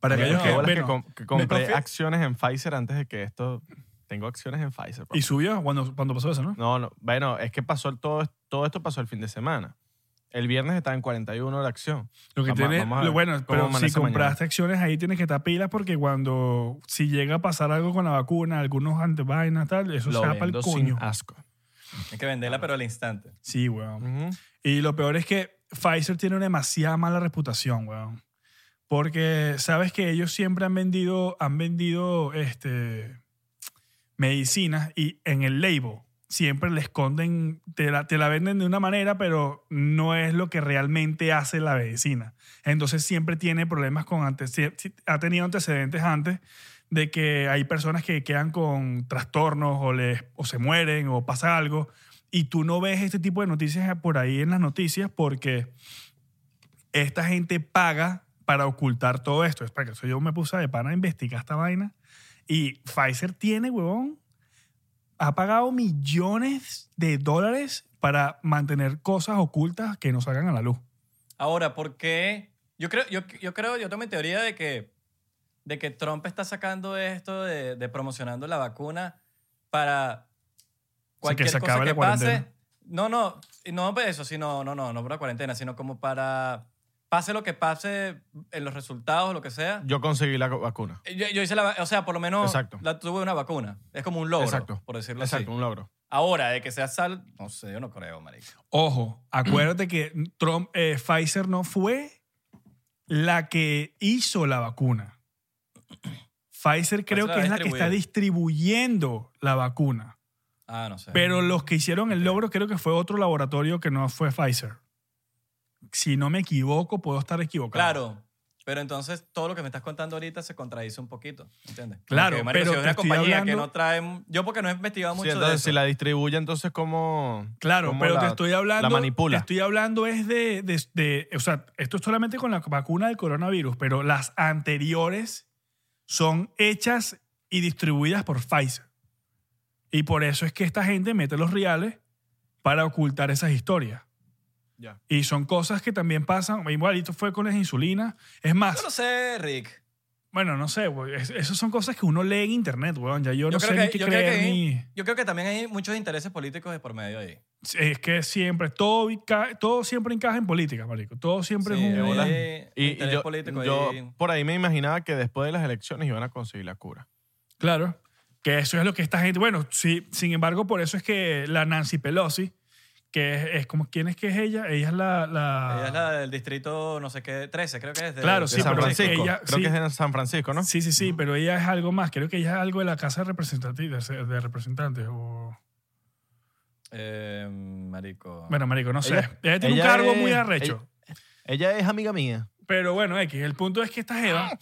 Para Mira, aquellos qué que, bolas que, bueno, com- que compré confío- acciones en Pfizer antes de que esto... Tengo acciones en Pfizer. papá. Y subió cuando, cuando pasó eso, ¿no? No, no. Bueno, es que pasó el todo, todo esto pasó el fin de semana. El viernes estaba en 41 la acción. Lo que Vamos- tiene, vamos a lo ver bueno, cómo pero si amanece compraste mañana. acciones ahí tienes que estar pilas porque cuando, si llega a pasar algo con la vacuna, algunos antevainas, tal, eso Lo se va para vendo el sin coño. asco. Hay que venderla, pero al instante. Sí, weón. Ujú. Y lo peor es que Pfizer tiene una demasiada mala reputación, weón. Porque sabes que ellos siempre han vendido, han vendido este, medicinas y en el label siempre le esconden, te la, te la venden de una manera, pero no es lo que realmente hace la medicina. Entonces siempre tiene problemas con antes, sie- si- ha tenido antecedentes antes de que hay personas que quedan con trastornos o, les, o se mueren o pasa algo y tú no ves este tipo de noticias por ahí en las noticias porque esta gente paga para ocultar todo esto. Es para que eso yo me puse de pana a investigar esta vaina. Y Pfizer tiene, huevón, ha pagado millones de dólares para mantener cosas ocultas que no salgan a la luz. Ahora, ¿por qué? Yo creo, yo, yo creo, yo tengo mi teoría de que, de que Trump está sacando esto de, de promocionando la vacuna sea, para que cualquier se cosa acabe que la cuarentena. pase. No, no, y no por eso, sino, no, no, no por la cuarentena, sino como para pase lo que pase en los resultados, lo que sea, Yo conseguí la co- vacuna. yo, yo hice la, va- o sea, por lo menos Exacto. la tuve una vacuna. Es como un logro, Exacto. por Ah, decirlo Exacto, así. un logro. Ahora, de que sea sal, no sé, yo no creo, marico. Ojo, acuérdate que Trump, eh, Pfizer no fue la que hizo la vacuna. Pfizer creo la que va es la que está distribuyendo la vacuna. Ah, no sé. Pero los que hicieron el logro creo que fue otro laboratorio que no fue Pfizer. Si no me equivoco, puedo estar equivocado. Claro. Pero entonces todo lo que me estás contando ahorita se contradice un poquito, ¿entiendes? Como Claro, que, pero marico, si es te una estoy compañía que hablando- no trae... Yo porque no he investigado Sí, mucho de entonces, eso. si la distribuye, entonces, ¿cómo? Claro, cómo pero la- te estoy hablando. la manipula? Te estoy hablando es de, de- de- O sea, esto es solamente con la vacuna del coronavirus, pero las anteriores son hechas y distribuidas por Pfizer. Y por eso es que esta gente mete los reales para ocultar esas historias. Ya. Y son cosas que también pasan. Igual, esto fue con las insulinas. Es más, Yo no sé, Rick. bueno, no sé, güey, es- esas son cosas que uno lee en internet, weón. Ya yo, Yo no creo sé que- ni qué yo creo creer que- ni. Yo creo que también hay muchos intereses políticos de por medio ahí. Es que siempre, todo, enca- todo siempre encaja en política, marico. Todo siempre Sí, es un... ahí bola. hay Y, y interés yo, político yo ahí. por ahí me imaginaba que después de las elecciones iban a conseguir la cura. Claro. Que eso es lo que esta gente... Bueno, sí, sin embargo, por eso es que la Nancy Pelosi, que es, es como... ¿Quién es que es ella? Ella es la... Ah. la- Ella es la del distrito, no sé qué, 13, creo que es. de- Claro, De sí, San pero Francisco. ella- Creo sí. que es en San Francisco, ¿no? Sí, sí, sí, pero ella es algo más. Creo que ella es algo de la Casa de Representantes. De, de representantes o... Eh, marico. Bueno, marico, no sé. Ella, Ella- tiene un ella cargo es- muy arrecho. Ella es amiga mía. Pero bueno, X, el punto es que esta Jeva,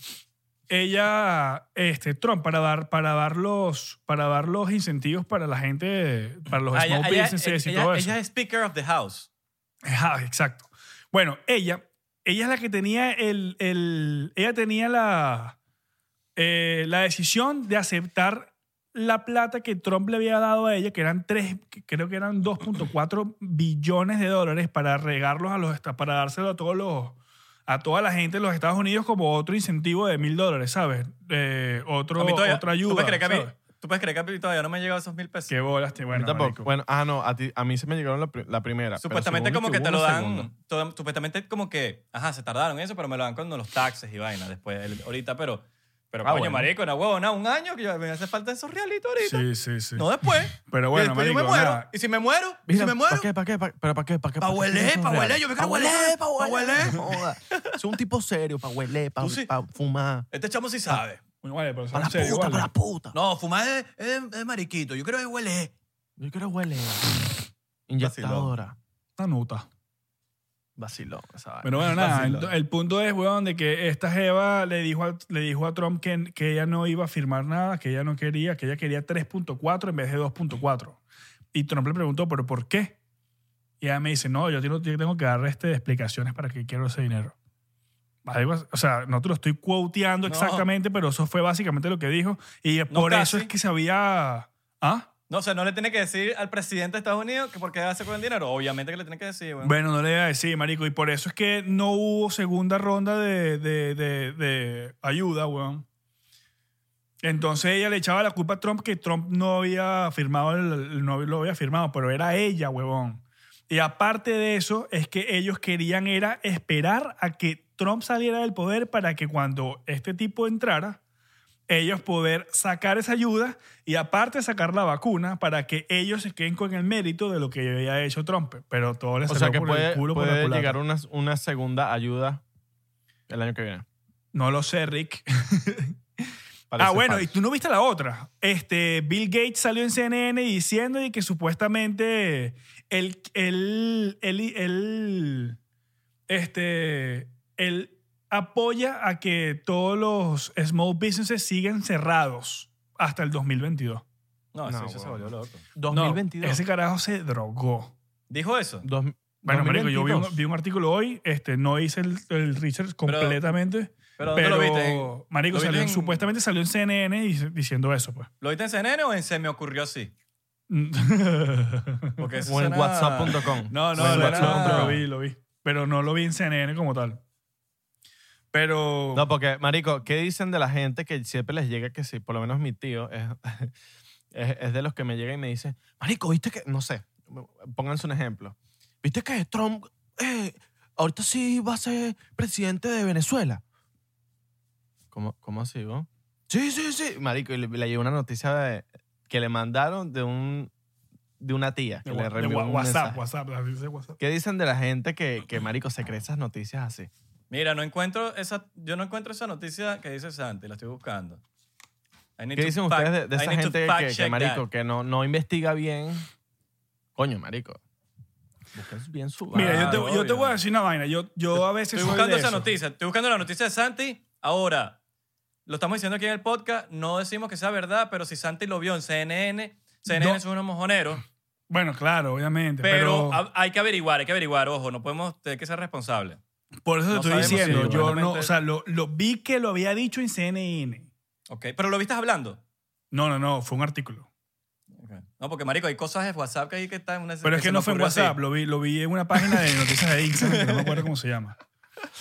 ella, este, Trump, para dar, para dar los, para dar los incentivos para la gente, para los Ah, small ella- businesses y ella- todo eso. ella es Speaker of the House. Ajá, exacto. Bueno, ella, ella es la que tenía el, el- ella tenía la, eh, la decisión de aceptar la plata que Trump le había dado a ella, que eran tres, que creo que eran 2.4 billones de dólares para regarlos a los, esta- para dárselo a todos los, a toda la gente de los Estados Unidos como otro incentivo de mil dólares, ¿sabes? Eh, otro, A mí todavía- otra ¿tú ayuda. puedes, creer que a mí, ¿sabes? tú puedes creer que a mí todavía no me han llegado esos mil pesos. Qué bolas, te- A mí bueno, tampoco. marico. Bueno, ah, no, a, ti- a mí se me llegaron la, pri- la primera. Ah, pero Supuestamente según como lo que te hubo, lo la segunda. dan, todo- supuestamente como que, ajá, se tardaron en eso, pero me lo dan con los taxes y vaina después, el- ahorita, pero, pero Ah, coño, bueno. marico, una huevona, un año, que yo- me hace falta esos realitos Sí, ahorita. sí, sí. No después. Pero bueno, y después marico, yo me muero. nada. Y si me muero, y Mira, si me muero, ¿Para qué? ¿Para qué? ¿Para, pero para qué? ¿Para qué? Pa' hueler, qué son pa' hueler, reales? yo me quiero Pa' hueler, pa' pa' hueler. no joda. Soy un tipo serio, para hueler, para Tú sí. fumar. este chamo sí sabe. Ah, Bueno, vale, pero Para son la serios, puta, vale. para la puta. No, fumar es, es- es mariquito. Yo creo que huele. Yo quiero hueler. Inyectadora. Una nota. Vacilón, esa vaina. Pero bueno, nada, Vacilón. ento- el punto es, weón, de que esta Jeva le dijo a, le dijo a Trump que, que ella no iba a firmar nada, que ella no quería, que ella quería 3.4 en vez de 2.4. Y Trump le preguntó, ¿pero por qué? Y ella me dice, no, yo tengo, yo tengo que darle este, explicaciones para que quiero ese dinero. Algo así- o sea, no te lo estoy quoteando No. exactamente, pero eso fue básicamente lo que dijo. Y por eso casi. es que se había... ¿Ah? No, o sea, no le tiene que decir al presidente de Estados Unidos que por qué hace con el dinero. Obviamente que le tiene que decir, weón. Bueno, no le iba a decir, marico. Y por eso es que no hubo segunda ronda de, de- de- de ayuda, weón. Entonces ella le echaba la culpa a Trump que Trump no había firmado, el- el- no lo había firmado, pero era ella, huevón. Y aparte de eso, es que ellos querían era esperar a que Trump saliera del poder para que cuando este tipo entrara, ellos poder sacar esa ayuda y aparte sacar la vacuna para que ellos se queden con el mérito de lo que había hecho Trump. Pero todo les O salió sea que por el puede, culo por la puede culata. Ah, llegar una, una segunda ayuda el año que viene. No lo sé, Rick. ah, Parece bueno, falso. y tú no viste la otra. Este, Bill Gates salió en CNN diciendo de que supuestamente el, el, el, el- este, él apoya a que todos los small businesses sigan cerrados hasta el 2022. no, eso no, se weón. volvió loco. No, 2022. ese carajo se drogó. Dijo eso. Dos- Bueno, marico, yo vi un, 2022. vi un artículo hoy, este, no hice el, el research completamente, Pero, pero, ¿dónde lo viste? ¿En- marico, ¿Lo viste salió, en- supuestamente salió en CNN dic- diciendo eso, pues. ¿Lo viste en CNN o en Se me ocurrió así? Porque eso O en suena- whatsapp.com. no, no, Bueno, lo- WhatsApp, no, pero- lo vi, lo vi. Pero no lo vi en CNN como tal. Pero... No, porque, marico, ¿qué dicen de la gente que siempre les llega que sí? Por lo menos mi tío es, es, es de los que me llega y me dice, marico, ¿viste que...? No sé, pónganse un ejemplo. ¿Viste que Trump eh, ahorita sí va a ser presidente de Venezuela. ¿Cómo, cómo así, vos? Sí, sí, sí. Marico, y le, le llegó una noticia de- que le mandaron de un de una tía que De le wa- de reenvió wa- un WhatsApp, mensaje. WhatsApp, así dice WhatsApp. ¿Qué dicen de la gente que, que marico se cree esas noticias así? Mira, no encuentro esa, yo no encuentro esa noticia que dice Santi, la estoy buscando. I need ¿Qué to dicen fact- ustedes de, de I esa need to gente fact que, que, check marico, that. que no, no investiga bien? Coño, marico. Busquen bien su Mira, yo Ah, te, yo te obvio. voy a decir una vaina. Yo, yo a veces Estoy soy buscando de esa eso. noticia, estoy buscando la noticia de Santi. Ahora, lo estamos diciendo aquí en el podcast, no decimos que sea verdad, pero si Santi lo vio en CNN, CNN No. es unos mojoneros, Bueno, claro, obviamente. pero, Pero, ha- hay que averiguar, hay que averiguar, ojo, no podemos tener que ser responsables. por eso te no estoy sabemos si diciendo. yo no, igualmente- o sea, lo, lo vi que lo había dicho en CNN. Ok, pero lo viste hablando. No, no, no, fue un artículo. Ok. No, porque marico, hay cosas de WhatsApp que hay que estar en una Pero es se que me no fue en ocurrió así. WhatsApp, lo vi, lo vi en una página de noticias de Instagram, que no me acuerdo cómo se llama.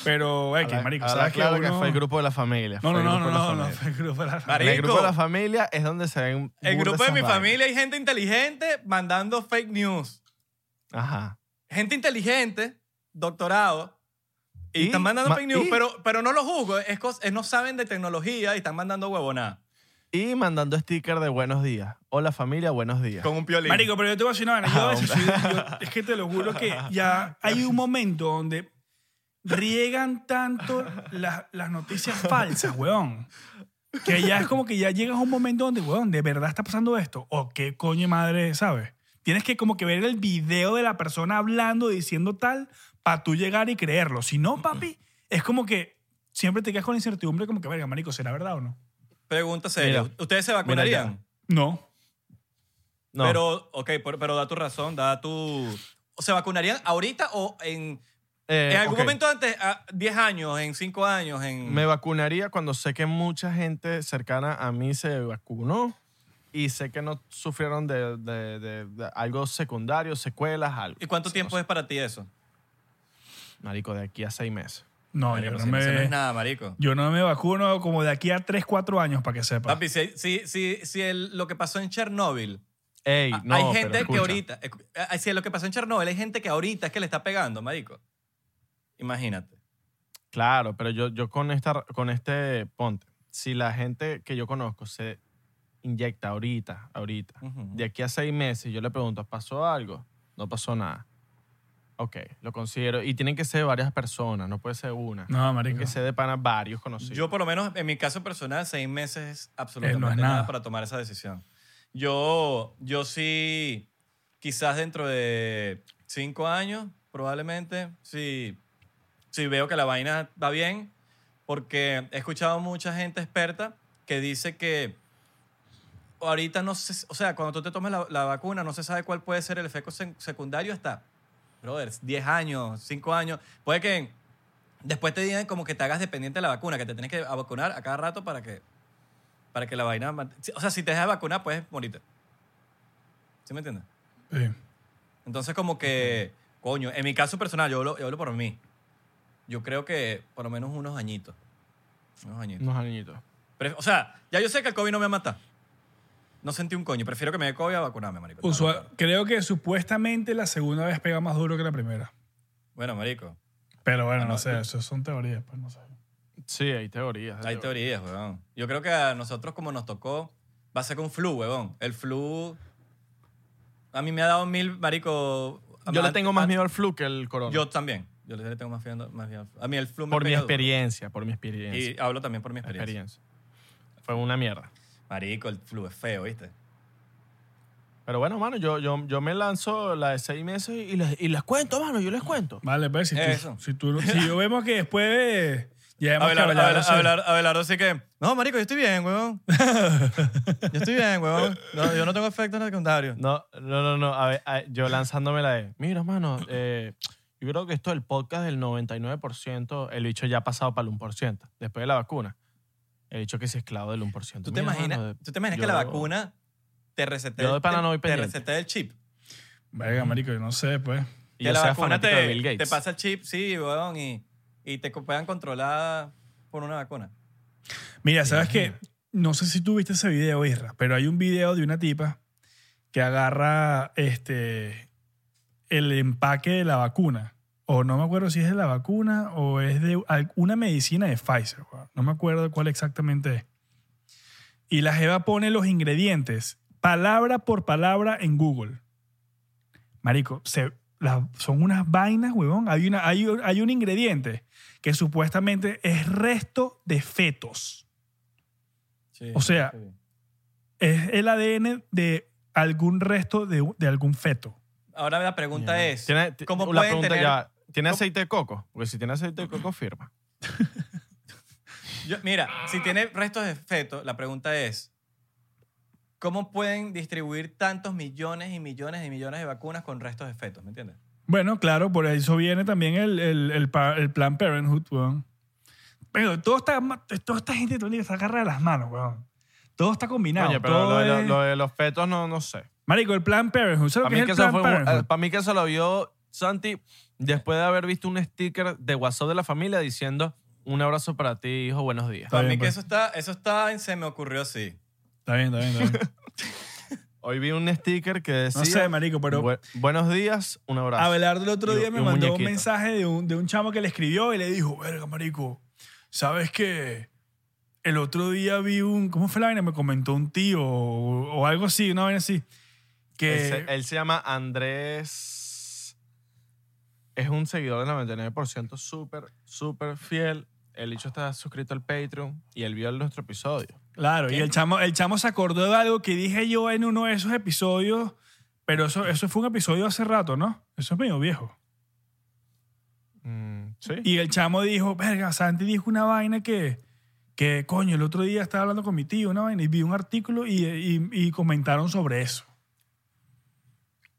Pero, eh, que Ahora- marico, ahora ¿sabes claro que que uno- fue el grupo de la No, familia. fue no, el no, grupo no, de la no, no, familia. fue el grupo de la En Marico. el grupo de la familia es donde se ven. El burda grupo de esas mi vainas. familia hay gente inteligente mandando fake news. Ajá. Gente inteligente, doctorado, y, Y, están mandando ma- fake news, y- pero, pero no lo juzgo. Es, cos- es no saben de tecnología y están mandando huevonada. Y mandando sticker de buenos días. Hola familia, buenos días. Con un piolín. Marico, pero yo te voy a decir una vaina. Yo a Ah, veces soy- yo- es que te lo juro que ya hay un momento donde riegan tanto las, las noticias falsas, weón. Que ya es como que ya llegas a un momento donde, weón, ¿de verdad está pasando esto? ¿O qué coño de madre, sabes? Tienes que como que ver el video de la persona hablando, diciendo tal, para tú llegar y creerlo. Si no, papi, es como que siempre te quedas con la incertidumbre como que, verga, marico, ¿será verdad o no? Pregunta seria. Mira, ¿Ustedes se vacunarían? No. No, Pero, ok, por- pero da tu razón, da tu... ¿Se vacunarían ahorita o en, eh, en algún ok. momento antes, a 10 años, en 5 años, en... Me vacunaría cuando sé que mucha gente cercana a mí se vacunó y sé que no sufrieron de, de- de- de algo secundario, secuelas, algo. ¿Y cuánto tiempo es para ti eso? Marico, de aquí a seis meses. No, Marico, yo no si- me... si no es nada, marico. Yo no me vacuno como de aquí a 3, 4 años, para que sepa. Papi, si, si, si, si el- lo que pasó en Chernóbil, Ey, a- no, Ah, hay pero gente que escucha. ahorita, escu- a- si lo que pasó en Chernóbil, hay gente que ahorita es que le está pegando, marico. Imagínate. Claro, pero yo, yo con, esta, con este ponte, si la gente que yo conozco se inyecta ahorita, ahorita, Ujú. de aquí a seis meses, yo le pregunto, ¿pasó algo? No pasó nada. Ok, lo considero. Y tienen que ser varias personas, no puede ser una. No, marico. Tienen que ser de pana varios conocidos. Yo, por lo menos, en mi caso personal, seis meses es absolutamente Eh, no es nada. nada. para tomar esa decisión. Yo, yo sí, quizás dentro de cinco años, probablemente, si sí veo que la vaina va bien, porque he escuchado mucha gente experta que dice que ahorita no sé, o sea, cuando tú te tomes la, la vacuna, no se sabe cuál puede ser el efecto sec- secundario hasta, brother, 10 años, 5 años. Puede que después te digan como que te hagas dependiente de la vacuna, que te tienes que vacunar a cada rato para que, para que la vaina... mant- O sea, si te dejas de vacunar, puedes morirte. ¿Sí me entiendes? Sí. Entonces, como que, coño, en mi caso personal, yo hablo, yo hablo por mí. Yo creo que por lo menos unos añitos. Unos añitos. Unos añitos. Pref- o sea, ya yo sé que el COVID no me va a matar. No sentí un coño. Prefiero que me dé COVID a vacunarme, marico. Usua- Claro, claro. creo que supuestamente la segunda vez pega más duro que la primera. Bueno, marico, Pero bueno, Ah, no, no, sé, eso son teorías, pues no sé. Sí, hay teorías. hay teorías, weón. Yo creo que a nosotros, como nos tocó, va a ser con flu, weón. El flu... A mí me ha dado mil, marico... Yo le antes- tengo más an- miedo al flu que al corona. Yo también. Yo le tengo más miedo, más miedo al flu. A mí el flu me por mi pega duro. experiencia, por mi Y experiencia. hablo también por mi experiencia. experiencia. Fue una mierda. Marico, el flu es feo, ¿viste? Pero bueno, mano, yo, yo, yo me lanzo la de seis meses y les, y les cuento, mano, yo les cuento. Vale, pues si tú, Eso. si tú no- si yo vemos que después eh, ya hemos Abelardo, cableado, Abelardo, sí. Abelardo, Abelardo, sí que. No, marico, yo estoy bien, huevón. Yo estoy bien, huevón. No, yo no tengo efectos secundarios. No, no, no, no. A ver, a- yo lanzándome la de, mira, mano, eh, yo creo que esto del podcast del 99%, el bicho ya ha pasado para el 1%, después de la vacuna. El bicho que se esclavo del 1%. ¿Tú te, Mira, imaginas, mano, ¿Tú te imaginas que yo- la vacuna te resetea Yo de el- pana no voy te- te pendiente. resetea el chip? Verga, marico, yo no sé, pues. y que yo la sea vacuna fanático te, de Bill Gates. te pasa el chip, sí, huevón, y, y te co- puedan controlar por una vacuna. Mira, ¿sabes qué? No sé si tú viste ese video, Isra, pero hay un video de una tipa que agarra este el empaque de la vacuna o no me acuerdo si es de la vacuna o es de al- una medicina de Pfizer, weón. no me acuerdo cuál exactamente es. Y la Jeva pone los ingredientes palabra por palabra en Google. Marico, se, la- son unas vainas, huevón. Hay, una, hay, un- hay un ingrediente que supuestamente es resto de fetos. Sí, O sea, sí. Es el ADN de algún resto de, de algún feto. Ahora la pregunta Ya. es, ¿Tiene, ti- ¿cómo la pueden pregunta tener- ya, ¿Tiene cómo- aceite de coco? Porque si tiene aceite de coco, firma. yo- mira, si tiene restos de feto, la pregunta es, ¿cómo pueden distribuir tantos millones y millones y millones de vacunas con restos de fetos? ¿Me entiendes? Bueno, claro, por eso viene también el, el, el, pa- el Plan Parenthood, weón. Pero todo está, ma- toda esta gente todo está agarrada de las manos, weón. Todo está combinado. Oye, pero todo lo de, lo- es- lo de los fetos no, no sé. Marico, el Plan Parenthood. ¿Sabes Para lo que mí, es que el eso Plan fue un- Parenthood? para mí que eso lo vio Santi después de haber visto un sticker de WhatsApp de la familia diciendo un abrazo para ti, hijo, buenos días. Está Para mí bien, que pues. eso está, eso está, en se me ocurrió así. Está bien, está bien, está bien. Hoy vi un sticker que decía No sé, Ah, marico, pero "Bu- buenos días, un abrazo. Abelardo el otro Y- día y me un mandó un muñequito. mensaje de un, de un chamo que le escribió y le dijo, verga, marico, ¿sabes qué? El otro día vi un, ¿cómo fue la vaina? Me comentó un tío o, o algo así, una vaina así. Que, Él se, él se llama Andrés. Es un seguidor del 99%, súper, súper fiel. El dicho está suscrito al Patreon y él vio nuestro episodio. Claro, y ¿Qué? el chamo, el chamo se acordó de algo que dije yo en uno de esos episodios, pero eso, eso fue un episodio hace rato, ¿no? Eso es medio viejo. Mm, sí. Y el chamo dijo, verga, Santi dijo una vaina que, que, coño, el otro día estaba hablando con mi tío, una vaina, y vi un artículo y, y- y comentaron sobre eso.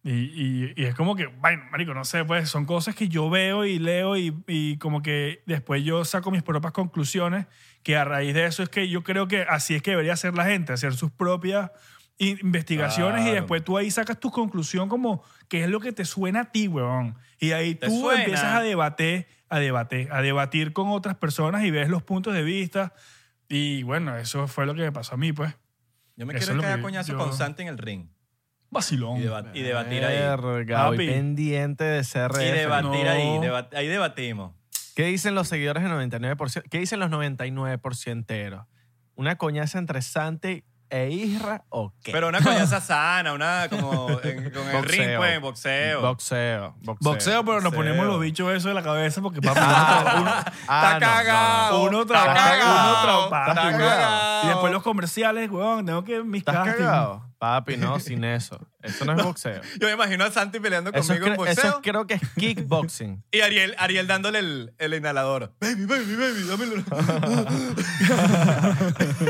Y, y- y es como que, bueno, marico, no sé, pues son cosas que yo veo y leo y, y como que después yo saco mis propias conclusiones, que a raíz de eso es que yo creo que así es que debería hacer la gente, hacer sus propias in- investigaciones y Claro. después tú ahí sacas tu conclusión como qué es lo que te suena a ti, weón. Y ahí ¿Te tú suena? empiezas a debatir, a debatir, a debatir con otras personas y ves los puntos de vista. Y bueno, eso fue lo que me pasó a mí, pues. Yo me Eso es quiero lo quedar que coñazo yo- con Santi en el ring Vacilón. y, deba- y debatir ahí. Verga, hoy Papi. pendiente de CRF. Y debatir ahí, No. deba- ahí debatimos. ¿Qué dicen los seguidores del 99%? ¿Qué dicen los 99%eros? ¿Una coñaza entre Santi e Isra o qué? Pero una coñaza sana, una como en- con el Boxeo. ring, pues, en boxeo. Boxeo. Boxeo. Boxeo, pero nos boxeo. ponemos los bichos eso de la cabeza porque papi, Ah, ah, no, no, no. uno trabaja, uno cagado. trabaja. Está papi, weón. cagado. Y después los comerciales, weón, tengo que mis ¿Estás castings. cagado? Papi, no, sin eso. Eso no es boxeo. Yo me imagino a Santi peleando Eso, conmigo cre- en boxeo. eso creo que es kickboxing. Y Ariel, Ariel dándole el, el inhalador. Baby, baby, baby, dámelo.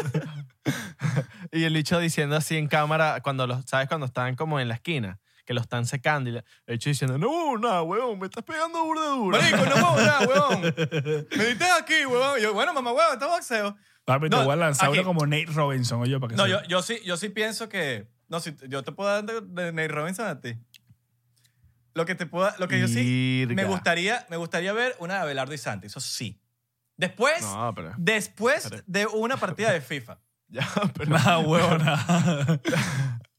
y el bicho diciendo así en cámara, cuando los, ¿sabes? Cuando están como en la esquina, que lo están secando. Y le- el bicho diciendo, no, nada, huevón, me estás pegando burda duro. Marico, no huevón, nada, huevón. Me diste aquí, huevón. Y yo, bueno, mamá, huevón, está boxeo. Papi, te No, voy a lanzar aquí. uno como Nate Robinson, oye, para que No, se- yo, yo, sí, yo sí pienso que... No, si, yo te puedo dar de, de Nate Robinson a ti. Lo que te puedo... Lo que yo sí... Me Virga. gustaría, me gustaría ver una de Abelardo y Santi, eso sí. Después, No, pero. después Pero- de una partida de FIFA. Ya, pero. Nada, huevón, nada.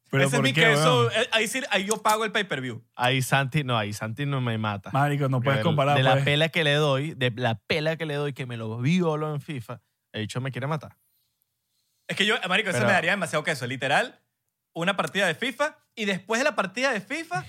Pero Ese ¿por es mi qué, queso. weón? eh, Ahí, sí- ahí yo pago el pay-per-view. Ahí Santi, no, ahí Santi no me mata. Marico, no puedes Del- comparar, De la pues. pela que le doy, de la pela que le doy, que me lo violo en FIFA, el bicho me quiere matar. Es que yo, eh, marico, eso Pero- me daría demasiado queso. Literal, una partida de FIFA y después de la partida de FIFA,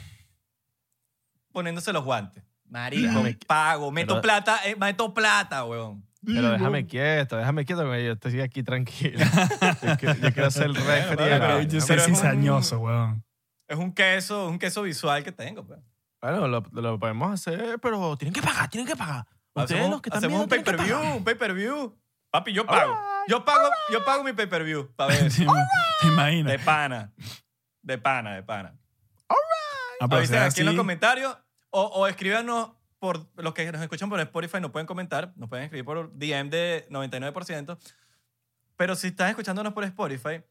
poniéndose los guantes. Marico, Déjame- pago, meto pero- plata, eh, meto plata, weón. Pero déjame quieto, déjame quieto, que yo estoy aquí tranquilo. yo, quiero, yo quiero ser el referee. bueno, de la- Pero yo soy Pero es un- cizañoso, weón. Es un queso, un queso visual que tengo, pues. Bueno, lo, lo podemos hacer, pero tienen que pagar, tienen que pagar. Ustedes Hacemos, los que están hacemos viendo un tienen que pay-per-view, pagar. un pay-per-view. Papi, yo pago. Yo pago, yo pago mi pay-per-view para ver. Sí, ¿Te imaginas? De pana. De pana, de pana. Ah, pero Avisen será aquí en los así. comentarios o, o escríbanos por los que nos escuchan por Spotify, no pueden comentar, nos pueden escribir por DM de 99%. Pero si están escuchándonos por Spotify,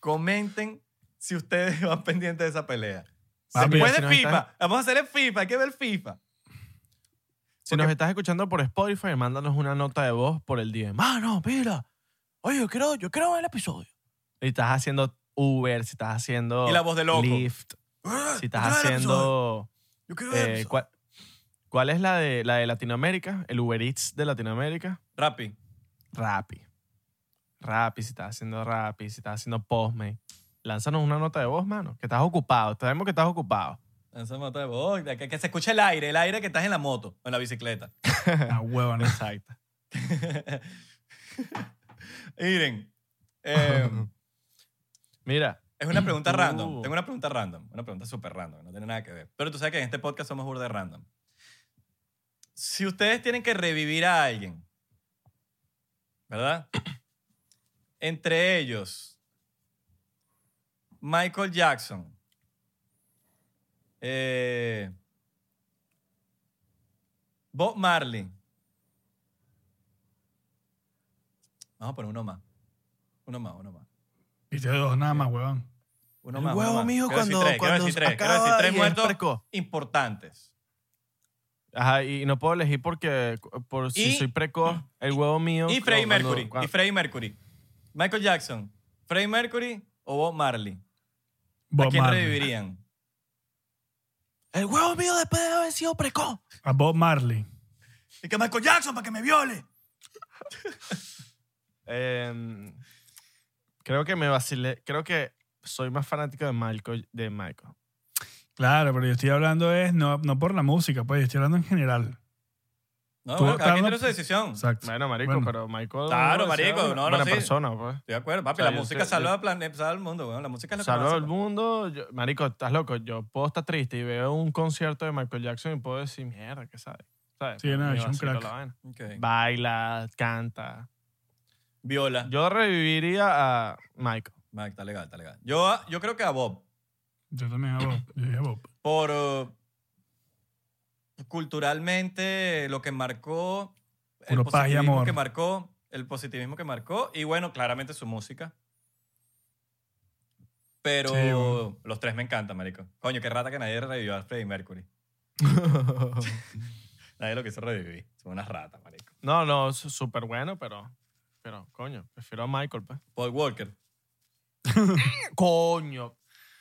comenten si ustedes van pendientes de esa pelea. Papi, Después si de nos FIFA, están- vamos a hacer el FIFA, hay que ver FIFA. Si nos estás escuchando por Spotify, mándanos una nota de voz por el día. Mano, mira. Oye, yo quiero, yo quiero ver el episodio. Y estás haciendo Uber, si estás haciendo Y la voz de loco. Ah, Lyft, Oh, Yo si quiero estás ver el episodio, haciendo Yo quiero ver el eh, episodio. cua- ¿Cuál es la de, la de Latinoamérica? El Uber Eats de Latinoamérica. Rappi. Rappi. Rappi, si estás haciendo Rappi, si estás haciendo Postman. Lánzanos una nota de voz, mano. Que estás ocupado. Sabemos que estás ocupado. Esa moto de voz, que, que se escuche el aire, el aire que estás en la moto o en la bicicleta. La hueva, ¿no? Exacto. Miren, eh, Mira, es una pregunta Uh. random. Tengo una pregunta random, una pregunta súper random, que no tiene nada que ver. Pero tú sabes que en este podcast somos burda de random. Si ustedes tienen que revivir a alguien, ¿verdad? Entre ellos, Michael Jackson, eh, Bob Marley. Vamos a poner uno más. Uno más, uno más. Viste dos nada más, huevón. Uno el más, uno huevo más. mijo Quiero decir cuando, tres, quiero cuando decir tres, quiero acaba decir tres y es muertos precoz. importantes. Ajá, y no puedo elegir porque cu- por si Y- soy precoz, el huevo mío. Y Freddie cuando- Mercury, cuando- y Freddie Mercury. Michael Jackson, Freddie Mercury o Bob Marley. ¿A Bob quién Marley. revivirían? el huevo mío después de haber sido precoz. A Bob Marley. Y que Michael Jackson para que me viole. Eh, creo que me vacilé. Creo que soy más fanático de Michael. De Michael. Claro, pero yo estoy hablando es no, no por la música, pues yo estoy hablando en general. No, Tú bueno, cada estás quien dando- tiene su decisión. Estoy Exacto. Bueno, marico, Bueno. pero Michael. Claro, es marico, una no, no, buena sí. persona, pues. de acuerdo, papi. O sea, la yo música estoy- salva yo- al planeta, salva al mundo, weón. La música es lo que Salvo más al salva. mundo. yo- marico, estás loco. Yo puedo estar triste y veo un concierto de Michael Jackson y puedo decir, mierda, ¿qué sabe? ¿Sabes? Sí, nada, Me es un vacilo crack. la vaina. Ok. Baila, canta. Viola. Yo reviviría a Michael. Mike, está legal, está legal. Yo, a- yo creo que a Bob. Yo también a Bob. Yo dije Bob. por eh, culturalmente lo que marcó el Puro paz y positivismo amor. que marcó el positivismo que marcó y bueno claramente su música pero Sí, bueno. los tres me encantan marico coño qué rata que nadie revivió a Freddie Mercury nadie lo quiso revivir son unas ratas marico no, no, es súper bueno, pero. Pero, coño, prefiero a Michael, pues. Paul Walker Coño.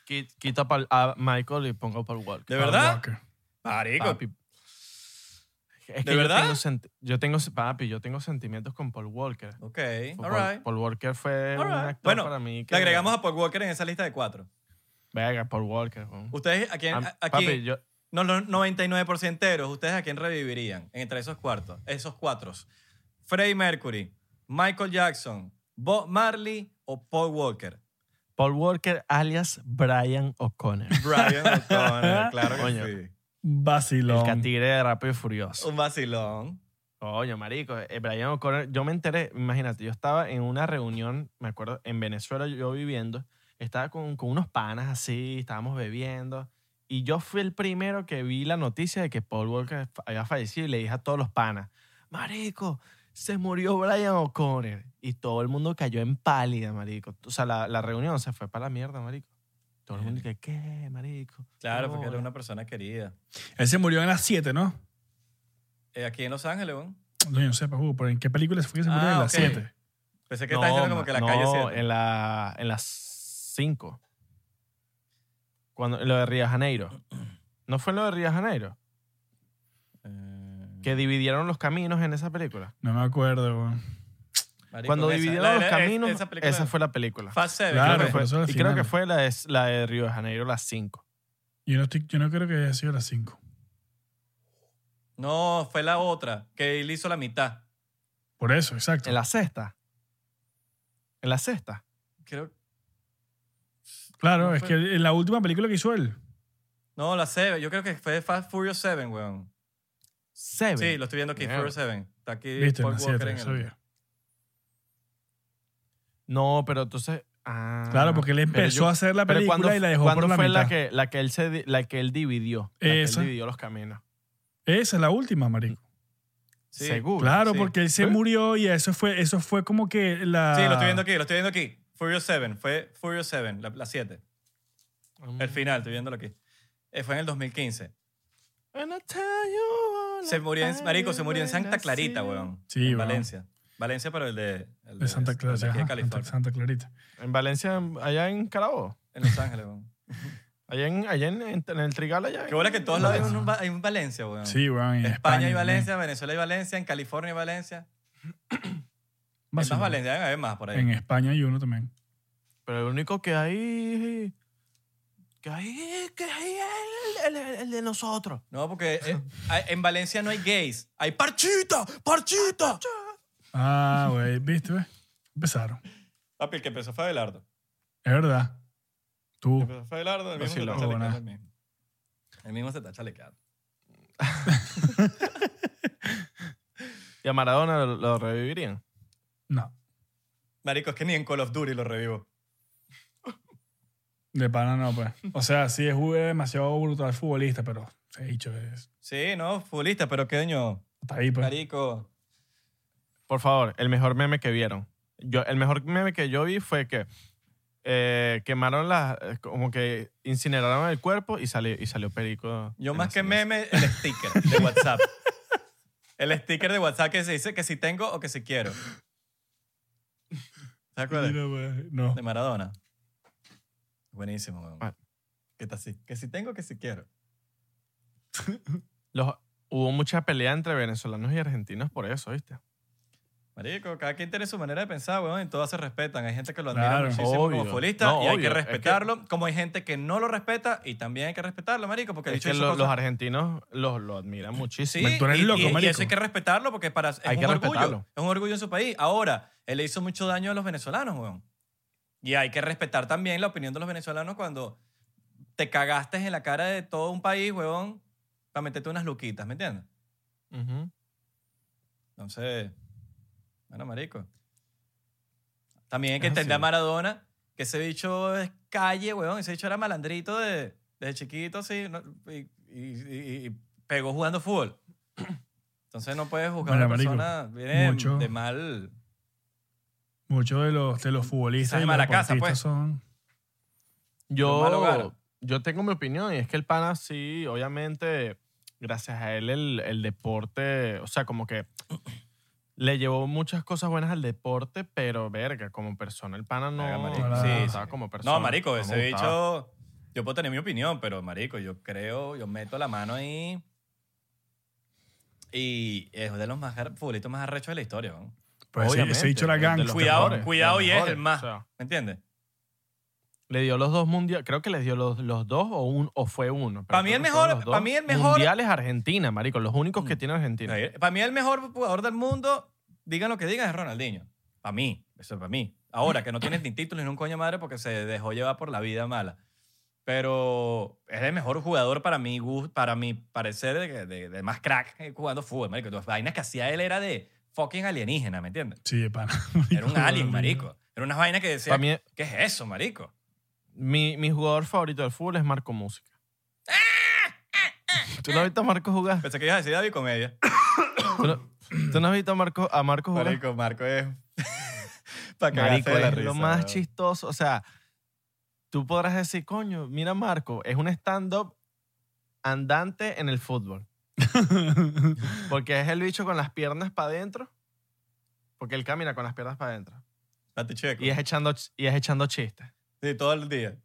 qui- Quita pa'l- a Michael y pongo Paul Walker. de verdad Walker. marico Papi. Es que Ah. ¿De yo verdad? tengo senti- yo tengo, papi, yo tengo sentimientos con Paul Walker. ok Paul, alright Paul Walker fue un Alright. actor Bueno, para mí. Que le agregamos a Paul Walker en esa lista de cuatro Venga, Paul Walker. weón. ustedes a quién Am- a- a quién- papi, yo, No, los 99%, ¿ustedes a quién revivirían entre esos cuartos? Esos cuatro. Freddie Mercury, Michael Jackson, Bob Marley o Paul Walker. Paul Walker alias Brian O'Connor. Brian O'Connor, claro que Coño. sí. El Vacilón. catire de Rápido y Furioso. Un vacilón. Coño, marico, eh, Brian O'Connor, yo me enteré, imagínate, yo estaba en una reunión, me acuerdo, en Venezuela yo viviendo, estaba con, con unos panas así, estábamos bebiendo, y yo fui el primero que vi la noticia de que Paul Walker fa- había fallecido y le dije a todos los panas, marico, se murió Brian O'Connor. Y todo el mundo cayó en pálida, marico. O sea, la, la reunión se fue para la mierda, marico. Todo el mundo que, ¿qué, marico? Claro, porque era Ahora". una persona querida. Él se murió en las 7, ¿no? Eh, aquí en Los Ángeles, ¿no? No, yo no sé, Pajú, pero ¿en qué película fue que se murió Ah, en las ok. 7? Pensé que estaba diciendo como ma- que la no, eh, calle 7. En, la, en las 5. Cuando, en lo de Río de Janeiro. ¿No fue en lo de Río de Janeiro? Eh, Que dividieron los caminos en esa película. No me acuerdo, weón. Cuando dividieron los caminos, esa, fue la película. Fast Seven, Claro, creo que Fue- pero eso era y creo que final. fue la de, la de Río de Janeiro, las 5. Yo no, estoy- yo no creo que haya sido las 5. No, fue la otra, que él hizo la mitad. Por eso, exacto. En la sexta. En la sexta. Creo claro, no es fue- que en la última película que hizo él. No, la 7. Yo creo que fue Fast Furious 7, weón. Seven. Sí, lo estoy viendo aquí, Mierda. Furious 7. Está aquí Viste, en Paul las Walker 7, en el... sabía. No, pero entonces. ah, Claro, porque él pero empezó yo- a hacer la pero película ¿cuándo y fu- la dejó ¿cuándo por la fue mitad. la que, la que él se, di- la que él dividió? La que él Esa. dividió los caminos. Esa es la última, marico. Sí. Seguro. claro, sí. ¿Eh? porque él se ¿Sí? murió y eso fue, eso fue como que la... Sí, lo estoy viendo aquí, lo estoy viendo aquí. Furious 7, fue Furious 7, la 7. El Mm. final, estoy viéndolo aquí. Eh, fue en el 2015. Se murió en, Marico, se murió en Santa Clarita, weón. Sí, en weón. Valencia. Valencia, pero el de, el De Santa el de Clarita. aquí de ajá, Santa, California. Santa Clarita. En Valencia, allá en Carabobo. En Los Ángeles, weón. Allá en, allá en, en- en el Trigal, allá. Qué bola que en todos lados hay un, hay un Valencia, weón. Sí, weón. en Ah. España, hay también. Valencia, Venezuela hay Valencia, en California hay Valencia. Más Hay más uno. Valencia, deben haber más por ahí. En España hay uno también. Pero el único que hay. Que hay. Que hay es el, el- el de nosotros. No, porque eh, hay- en Valencia no hay gays. Hay parchita, parchita. Ah, güey, ¿viste? ve? Empezaron. Papi, el que empezó fue Abelardo. Es verdad. El que Tú. empezó fue Abelardo, el mismo se Vacilón. está chalequeando. Buena. El mismo, el mismo se está chalequeando. Y a Maradona lo, lo revivirían. No. Marico, es que ni en Call of Duty lo revivo. De pana no, pues. O sea, sí es un- es demasiado brutal futbolista, pero se ha dicho es. Sí, no, futbolista, pero qué daño. Está ahí, pues. Marico. Por favor, el mejor meme que vieron. Yo, el mejor meme que yo vi fue que eh, quemaron las. eh, Como que incineraron el cuerpo y salió, y salió Perico. Yo en más la que ceniza. meme, el sticker de WhatsApp. El sticker de WhatsApp que se dice que si tengo o que si quiero. ¿Te acuerdas? Mira, güey, No. De Maradona. Buenísimo, weón. Ah. Que está así. Que si tengo, que si quiero. Los- hubo mucha pelea entre venezolanos y argentinos por eso, ¿viste? Marico, cada quien tiene su manera de pensar, weón, y todos se respetan. Hay gente que lo admira Claro, muchísimo como obvio. futbolista No, y hay obvio, que es que- respetarlo. Como hay gente que no lo respeta y también hay que respetarlo, marico, porque el Es bicho que hizo lo- los cosas- argentinos los lo admiran muchísimo. tú eres y, loco, y- y eso marico. hay que respetarlo porque para, es Hay un que orgullo. respetarlo. Es un orgullo en su país. Ahora, él le hizo mucho daño a los venezolanos, weón. Y hay que respetar también la opinión de los venezolanos cuando te cagaste en la cara de todo un país, weón, para meterte unas luquitas, ¿me entiendes? Ujú. Entonces, bueno, marico. También hay que Es así. entender a Maradona, que ese bicho es calle, weón. Ese bicho era malandrito de, desde chiquito, sí, no- y, y- y- y pegó jugando fútbol. Entonces no puedes juzgar a una Mira, marico, persona viene mucho- de mal. Muchos de los, de los futbolistas Esas y los malacazas, deportistas pues. son. Malo Gara. Yo, yo tengo mi opinión y es que el pana sí, obviamente, gracias a él el, el deporte, o sea, como que le llevó muchas cosas buenas al deporte, pero verga, como persona el pana no, Verga, marico. no Sí, me sí. gustaba como persona. no, marico, me ese gustaba. bicho. Yo puedo tener mi opinión, pero marico, yo creo, yo meto la mano ahí. Y es uno de los más gar- futbolistas más arrechos de la historia, weón. Pues sí, Obviamente, ese bicho era de- de gangsta. los Cuidado, mejores, cuidado de los y es el mejores, más. o sea, ¿Me entiendes? le dio los dos mundiales, creo que les dio los, los dos o, un, o fue uno. pero Pa' mí creo el que fueron mejor- los dos pa' mí el mejor- Mm. Mundiales Argentina, marico, los únicos que tiene Argentina. Para mí el mejor jugador del mundo, digan lo que digan, es Ronaldinho. Para mí, eso es para mí. Ahora, que no tienes ni títulos ni un coño madre porque se dejó llevar por la vida mala. Pero es el mejor jugador para mi, gus- para mi parecer de, de- de más crack eh, jugando fútbol, marico. Las vainas que hacía él era de fucking alienígena, ¿me entiendes? Sí, de pana. Era un alien, marico. Era unas vainas que decía, Para mí, ¿qué es eso, marico? Mi, mi jugador favorito del fútbol es Marco Música. Ah, ¿Tú no has visto a Marco jugar? Pensé que ibas a decir David Comedia. ¿Tú no, tú no has visto a Marco, a Marco jugar? Marico, Marco es... para Marico, cagarse de la es risa. lo más weón. chistoso. O sea, tú podrás decir, coño, mira Marco, es un stand-up andante en el fútbol. Porque es el bicho con las piernas para adentro. Porque él camina con las piernas para adentro. Date checo. Y es echando, ch- y es echando chistes. Sí, todo el día.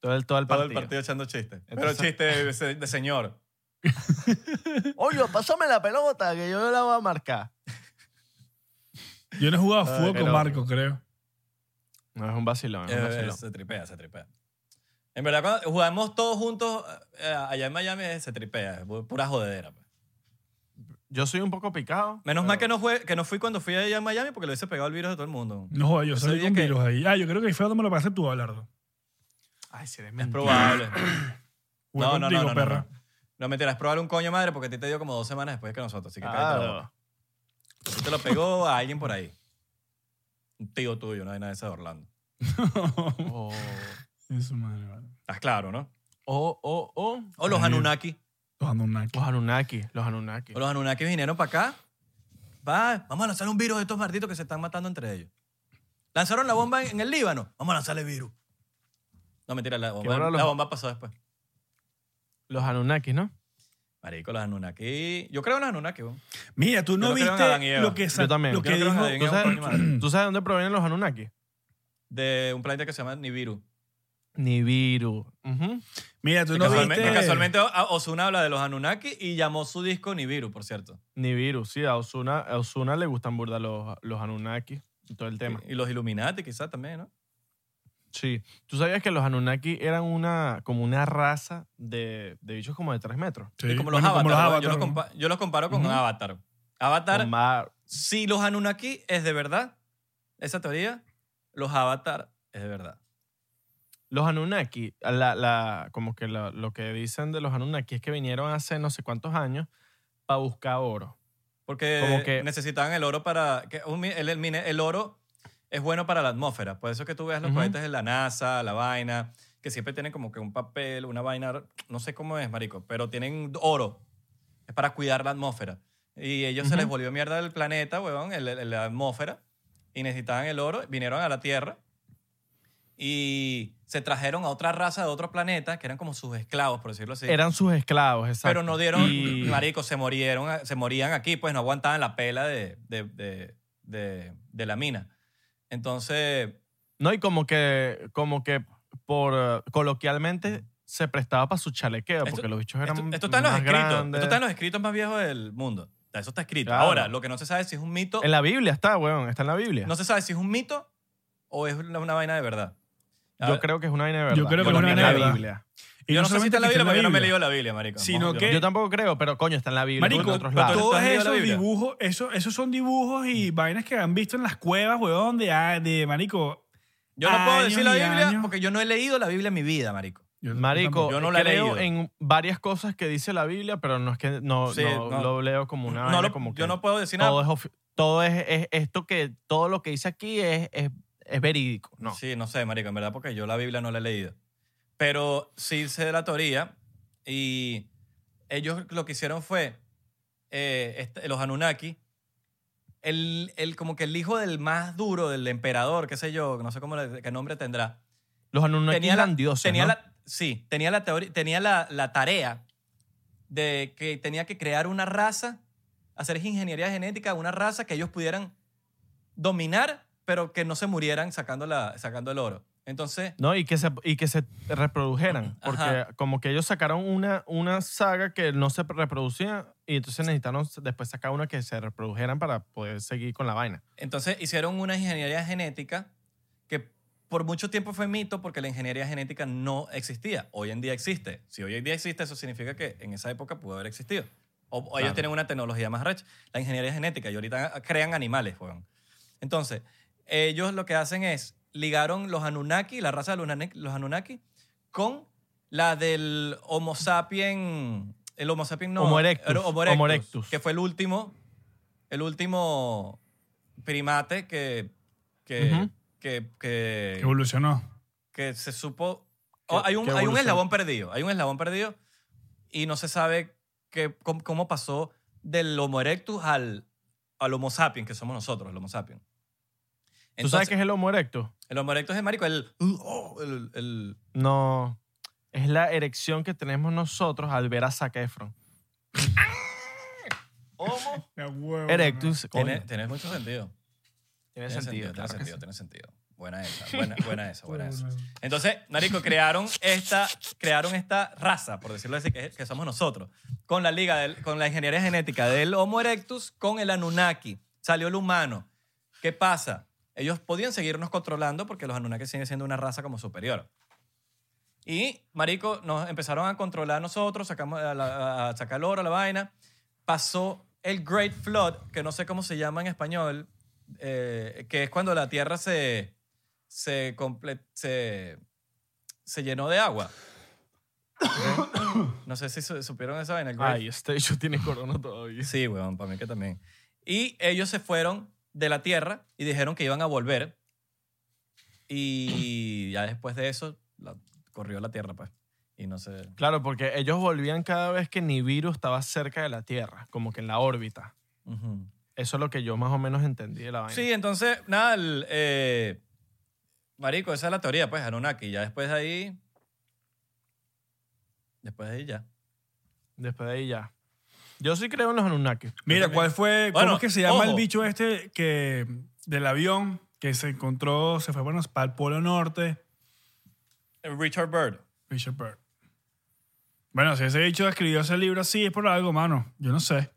Todo el, todo el Todo partido. el partido echando chistes. Pero Entonces- chistes de, se- de señor. Oye, pásame la pelota que yo la voy a marcar. Yo no he jugado Ay, fútbol pero- con Marco, creo. No, es un vacilón. Es un Eh, vacilón. se tripea, se tripea. En verdad, cuando jugamos todos juntos eh, allá en Miami, eh, se tripea. es pu- Pura jodedera. pues. Yo soy un poco picado. Menos pero- mal que no, jue- que no fui cuando fui allá en Miami porque le hubiese pegado el virus a todo el mundo. No jodas, yo Ese soy día con que- virus ahí. Ah, yo creo que ahí fue donde me lo pasaste tú, Abelardo. Ay, si eres Es mentira. probable. Jugué No, no, no, contigo, no, no, perra. No, mentira, es probable un coño madre porque a ti te dio como dos semanas después que nosotros. Así que cállate la boca. Claro. A ti te lo pegó a alguien por ahí. Un tío tuyo, no hay nadie de esa de Orlando. O, Eso, madre, vale. Estás claro, ¿no? o, o, o. O los Ajá. Anunnaki. Tocando un Nike. Los Anunnaki. Los Anunnaki. O los Anunnakis vinieron para acá. Va, vamos a lanzar un virus de estos malditos que se están matando entre ellos. Lanzaron la bomba en, en el Líbano. Vamos a lanzarle virus. No, mentira, la bomba, bueno los- la bomba pasó después. Los Anunnaki, ¿no? Marico, los Anunnaki. Yo creo en los Anunnaki. weón. Mira, tú no no creo en Adán y viste Eva. lo que sa- Yo también. Lo Yo que no creo en dijo. Adán y Eva. ¿Tú un sabes, coño madre. ¿Tú sabes de dónde provienen los Anunnaki? De un planeta que se llama Nibiru. Nibiru. Ujú. Mira, tú Que no casualmente, viste... que casualmente O- Ozuna habla de los Anunnaki y llamó su disco Nibiru, por cierto. Nibiru, sí, a Osuna, a Ozuna le gustan burda los, los Anunnaki y todo el tema. Y, y los Illuminati quizás también, ¿no? Sí. ¿Tú sabías que los Anunnaki eran una, como una raza de, de bichos como de 3 metros? Sí, y como bueno, los Avatar. ¿no? yo, los Avatar, compa- yo los comparo con Ujú. Avatar. Avatar, Con mar- si los Anunnaki es de verdad, esa teoría, los Avatar es de verdad. Los Anunnaki, la, la, como que la- lo que dicen de los Anunnaki es que vinieron hace no sé cuántos años para buscar oro. Porque Como que- necesitaban el oro para... Que un mi- el, el mine- el oro es bueno para la atmósfera. Por eso es que tú ves los Ujú. cohetes de la NASA, la vaina, que siempre tienen como que un papel, una vaina, no sé cómo es, marico, pero tienen oro. Es para cuidar la atmósfera. Y ellos se les Ujú. volvió mierda el planeta, huevón, el- el- la atmósfera, y necesitaban el oro, vinieron a la Tierra y se trajeron a otra raza de otro planeta que eran como sus esclavos, por decirlo así. Eran sus esclavos, exacto. Pero no dieron, Y- marico, se murieron, se morían aquí, pues no aguantaban la pela de, de, de, de- de la mina. Entonces, No, y como que, como que por eh, coloquialmente se prestaba para su chalequeo, Esto- porque los bichos eran esto, esto está en los más escritos. grandes. Esto está en los escritos más viejos del mundo. O sea, Eso está escrito. Claro. Ahora, lo que no se sabe es si es un mito. En la Biblia está, weón, está en la Biblia. No se sabe si es un mito o es una una vaina de verdad. A yo ver, creo que es una vaina de verdad. Yo creo que es no una creo vaina en de la verdad. Biblia. Y yo no, sé si está en la porque Biblia, porque yo no me he leído la Biblia, marico. Sino Vamos, yo- que- Yo tampoco creo, pero coño, está en la Biblia. Marico, en otros pero lados. tú- todos has leído la esos Biblia? dibujos, eso, esos son dibujos y vainas que han visto en las cuevas, weón, de, ah, de marico. Yo no puedo años decir la y Biblia años. porque yo no he leído la Biblia en mi vida, marico. Yo Marico, tampoco. yo no la he creo leído. en varias cosas que dice la Biblia, pero no es que no, Sí, no no. lo leo como una No vaina lo- como que yo no puedo decir nada. todo es, ofi- todo es, es- esto que todo lo que dice aquí es, es, es verídico. No. Sí, no sé, marico, en verdad, porque yo la Biblia no la he leído. Pero sí sé la teoría y ellos lo que hicieron fue, eh, este- los Anunnaki, el, el- como que el hijo del más duro, del emperador, qué sé yo, no sé cómo le- qué nombre tendrá. Los Anunnaki eran dioses, tenía ¿no? la- sí, tenía la, teoría, tenía la, la tarea de que tenía que crear una raza, hacer ingeniería genética, una raza que ellos pudieran dominar, pero que no se murieran sacando, la, sacando el oro. Entonces, No, y que se, y que se reprodujeran. Porque Ajá. como que ellos sacaron una, una saga que no se reproducía y entonces necesitaron después sacar una que se reprodujeran para poder seguir con la vaina. entonces hicieron una ingeniería genética que por mucho tiempo fue mito porque la ingeniería genética no existía. Hoy en día existe. Si hoy en día existe, eso significa que en esa época pudo haber existido. O, o ellos Claro. tienen una tecnología más recha. La ingeniería genética. Y ahorita crean animales, weón. Entonces, ellos lo que hacen es ligaron los Anunnaki, la raza de los Anunnaki- los Anunnaki, con la del Homo sapien. El Homo sapien no. Homo erectus, era Homo erectus. Que fue el último. El último primate que. que, Ujú. que, que- Que Evolucionó. que se supo. ¿Qué- Oh, hay, un, qué hay un evolución? eslabón perdido. Hay un eslabón perdido y no se sabe qué- cómo, cómo pasó del Homo erectus al, al Homo sapiens, que somos nosotros, el Homo sapiens. ¿Tú Entonces, sabes qué es el Homo erectus? El Homo erectus es marico, el. uh, oh, el- el- No. Es la erección que tenemos nosotros al ver a Zac Efron. Erectus. coño. tiene, tiene mucho sentido. Tiene Tiene sentido, sentido. tiene claro que sentido, sí. tiene sentido. Buena esa, buena, buena esa, buena esa. Entonces, marico, crearon esta, crearon esta raza, por decirlo así, que, que somos nosotros, con la liga, del- con la ingeniería genética del Homo erectus con el Anunnaki. Salió el humano. ¿Qué pasa? Ellos podían seguirnos controlando porque los Anunnaki siguen siendo una raza como superior. Y, marico, nos empezaron a controlar a nosotros, sacamos a, la- a sacar el oro, la vaina. Pasó el Great Flood, que no sé cómo se llama en español, eh, que es cuando la Tierra se, se, comple- se, se llenó de agua. no sé si su- supieron esa vaina. el Great Ay, este hecho tiene corona todavía. Sí, weón, para mí que también. Y ellos se fueron de la Tierra y dijeron que iban a volver. Y ya después de eso, la- corrió la Tierra, pues. Y no sé. Claro, porque ellos volvían cada vez que Nibiru estaba cerca de la Tierra, como que en la órbita. Ujú. Eso es lo que yo más o menos entendí de la vaina. Sí, entonces, nada, el, eh, Marico, esa es la teoría, pues, Anunnaki. Ya después de ahí. Después de ahí ya. Después de ahí ya. Yo sí creo en los Anunnaki. Mira, ¿cuál fue? Bueno, ¿Cómo es que se llama ojo. el bicho este que del avión que se encontró, se fue bueno, para el Polo Norte? Richard Bird. Richard Bird. Bueno, si ese bicho escribió ese libro así es por algo, mano. Yo no sé.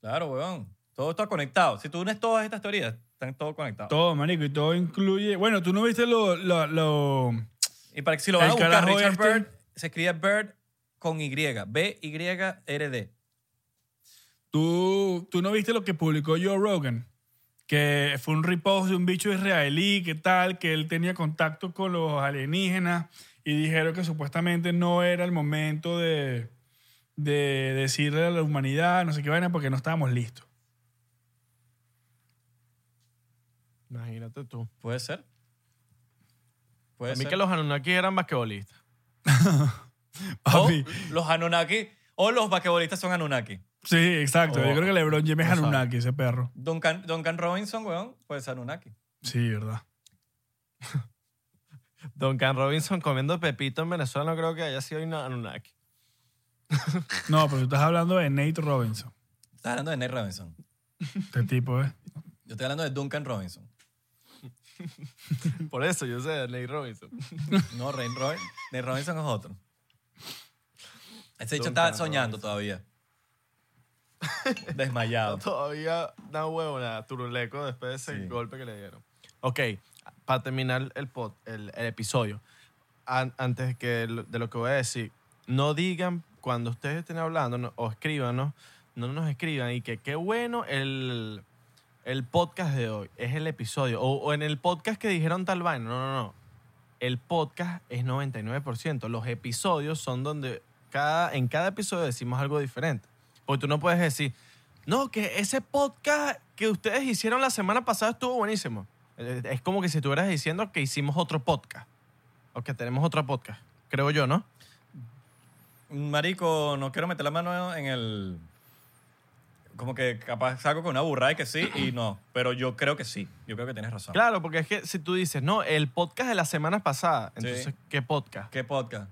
Claro, weón. Todo está conectado. Si tú unes todas estas teorías, están todo conectado. Todo, marico, y todo incluye... Bueno, tú no viste lo... lo, lo- Y para que si lo van a El buscar, carajo Richard este. Bird, se escribe Bird con Y. B-Y-R-D. tú, tú no viste lo que publicó Joe Rogan. Que fue un repost de un bicho israelí, que tal, que él tenía contacto con los alienígenas y dijeron que supuestamente no era el momento de, de decirle a la humanidad, no sé qué vaina, porque no estábamos listos. Imagínate tú. ¿Puede ser? Puede A mí ser. que los Anunnaki eran basquetbolistas. O Papi, los Anunnaki. O los basquetbolistas son Anunnaki. Sí, exacto. Oh, Yo creo que LeBron James es no sabe. Anunnaki, ese perro. Duncan, Duncan Robinson, weón, pues Anunnaki. Sí, verdad. Duncan Robinson comiendo pepito en Venezuela no creo que haya sido un Anunnaki. No, pero tú estás hablando de Nate Robinson. Estás hablando de Nate Robinson. Este tipo, ¿eh? Yo estoy hablando de Duncan Robinson. Por eso yo sé de Nate Robinson. No, Ray Roy, Nate Robinson es otro. Ese dicho Duncan está soñando todavía. Desmayado. Todavía da huevo nada, turuleco después de ese Sí. golpe que le dieron. Ok, para terminar el, pod- el, el episodio, an- antes que lo- de lo que voy a decir, no digan cuando ustedes estén hablando no- o escríbanos, no nos escriban y que qué bueno el, el podcast de hoy, es el episodio, o, o en el podcast que dijeron tal vaina, no, no, no. El podcast es 99%. Los episodios son donde cada, en cada episodio decimos algo diferente. Porque tú no puedes decir, no, que ese podcast que ustedes hicieron la semana pasada estuvo buenísimo. Eh, Es como que si estuvieras diciendo que hicimos otro podcast. O que tenemos otro podcast. Creo yo, ¿no? Marico, no quiero meter la mano en el. Como que capaz saco con una burrada y que sí y no. Pero yo creo que sí. Yo creo que tienes razón. Claro, porque es que si tú dices, no, el podcast de la semana pasada, Sí. entonces, ¿qué podcast? ¿Qué podcast?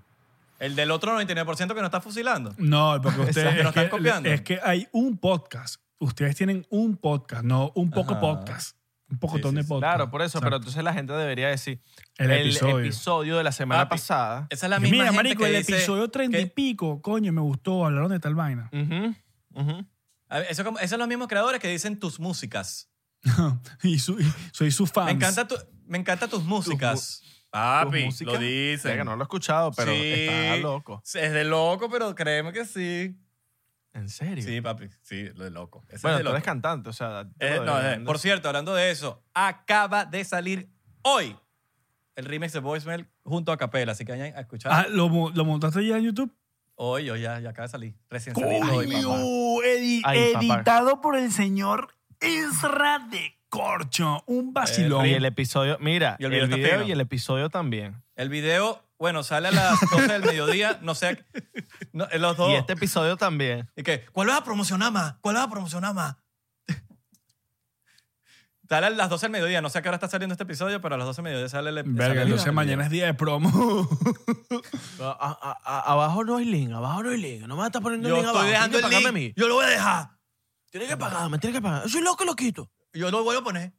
El del otro 99% que nos está fusilando. No, porque ustedes. Exacto, es, nos están que- copiando. es que hay un podcast. Ustedes tienen un podcast, no un poco Ajá. podcast. Un pocotón Ah. sí, de sí. podcast. Claro, por eso, Exacto. pero entonces la gente debería decir, El episodio. de la semana Papi. pasada. Esa es la Y misma Mira, gente marico, que el dice episodio treinta y que- pico, coño, me gustó, hablaron de tal vaina. Ujú, ujú. A ver, Eso, como- esos son los mismos creadores que dicen tus músicas. y, su- y soy su fan. Me, encanta tu- me encanta tus músicas. ¿Tus Papi, músicas? lo Sé que dicen. no lo he escuchado, pero Sí. está loco. Es de loco, pero créeme que sí. ¿En serio? Sí, papi, sí, lo de loco. Ese Bueno, es de tú loco. eres cantante, o sea... te Eh, lo no, eh, deberían por de- cierto, hablando de eso, acaba de salir hoy el remix de Voicemail junto a Capela, así que vayan a escuchar. Ah, ¿lo, mo- ¿Lo montaste ya en YouTube? Hoy, hoy ya, ya acaba de salir. Recién salido hoy, papá. edi- Ay, papá. editado por el señor Isra de Corcho. Eh, Un vacilón. Y el episodio, mira, Y el el video, video está fino. y el episodio también. El video, bueno, sale a las 12 del mediodía, no sé. a qué- no, eh, los dos. Y este episodio también. ¿Y qué? ¿Cuál vas a promocionar más? ¿Cuál vas a promocionar más? Sale a las 12 del mediodía. No sé a qué hora está saliendo este episodio, pero a las 12 del mediodía sale el episodio. Verga, entonces mañana es día de promo. abajo no hay link, abajo no hay link. No me estás poniendo Yo estoy dejando el link. Yo lo voy a dejar. Tienes que pagarme, tienes que pagar. Yo soy loco y lo quito. Yo lo voy a poner.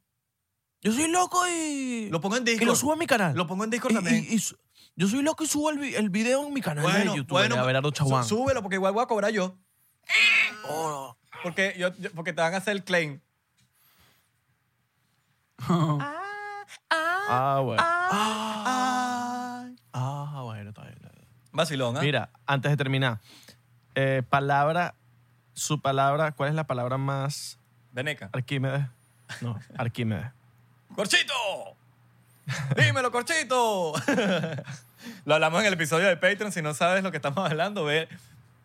Yo soy loco y... Lo pongo en Discord. a mi canal. Lo pongo en Discord también. yo soy loco y subo el, video en mi canal pero sú- Súbelo porque igual voy a cobrar yo. Oh. Porque, yo, yo- porque te van a hacer el claim. Ah, bueno. Ah, bueno, está bien. está bien. Vacilón, ¿ah? Mira, antes de terminar, eh, palabra, su palabra, ¿cuál es la palabra más Veneca. Arquímedes? No, Arquímedes. ¡Corchito! ¡Dímelo, Corchito! lo hablamos en el episodio de Patreon. Si no sabes lo que estamos hablando, ve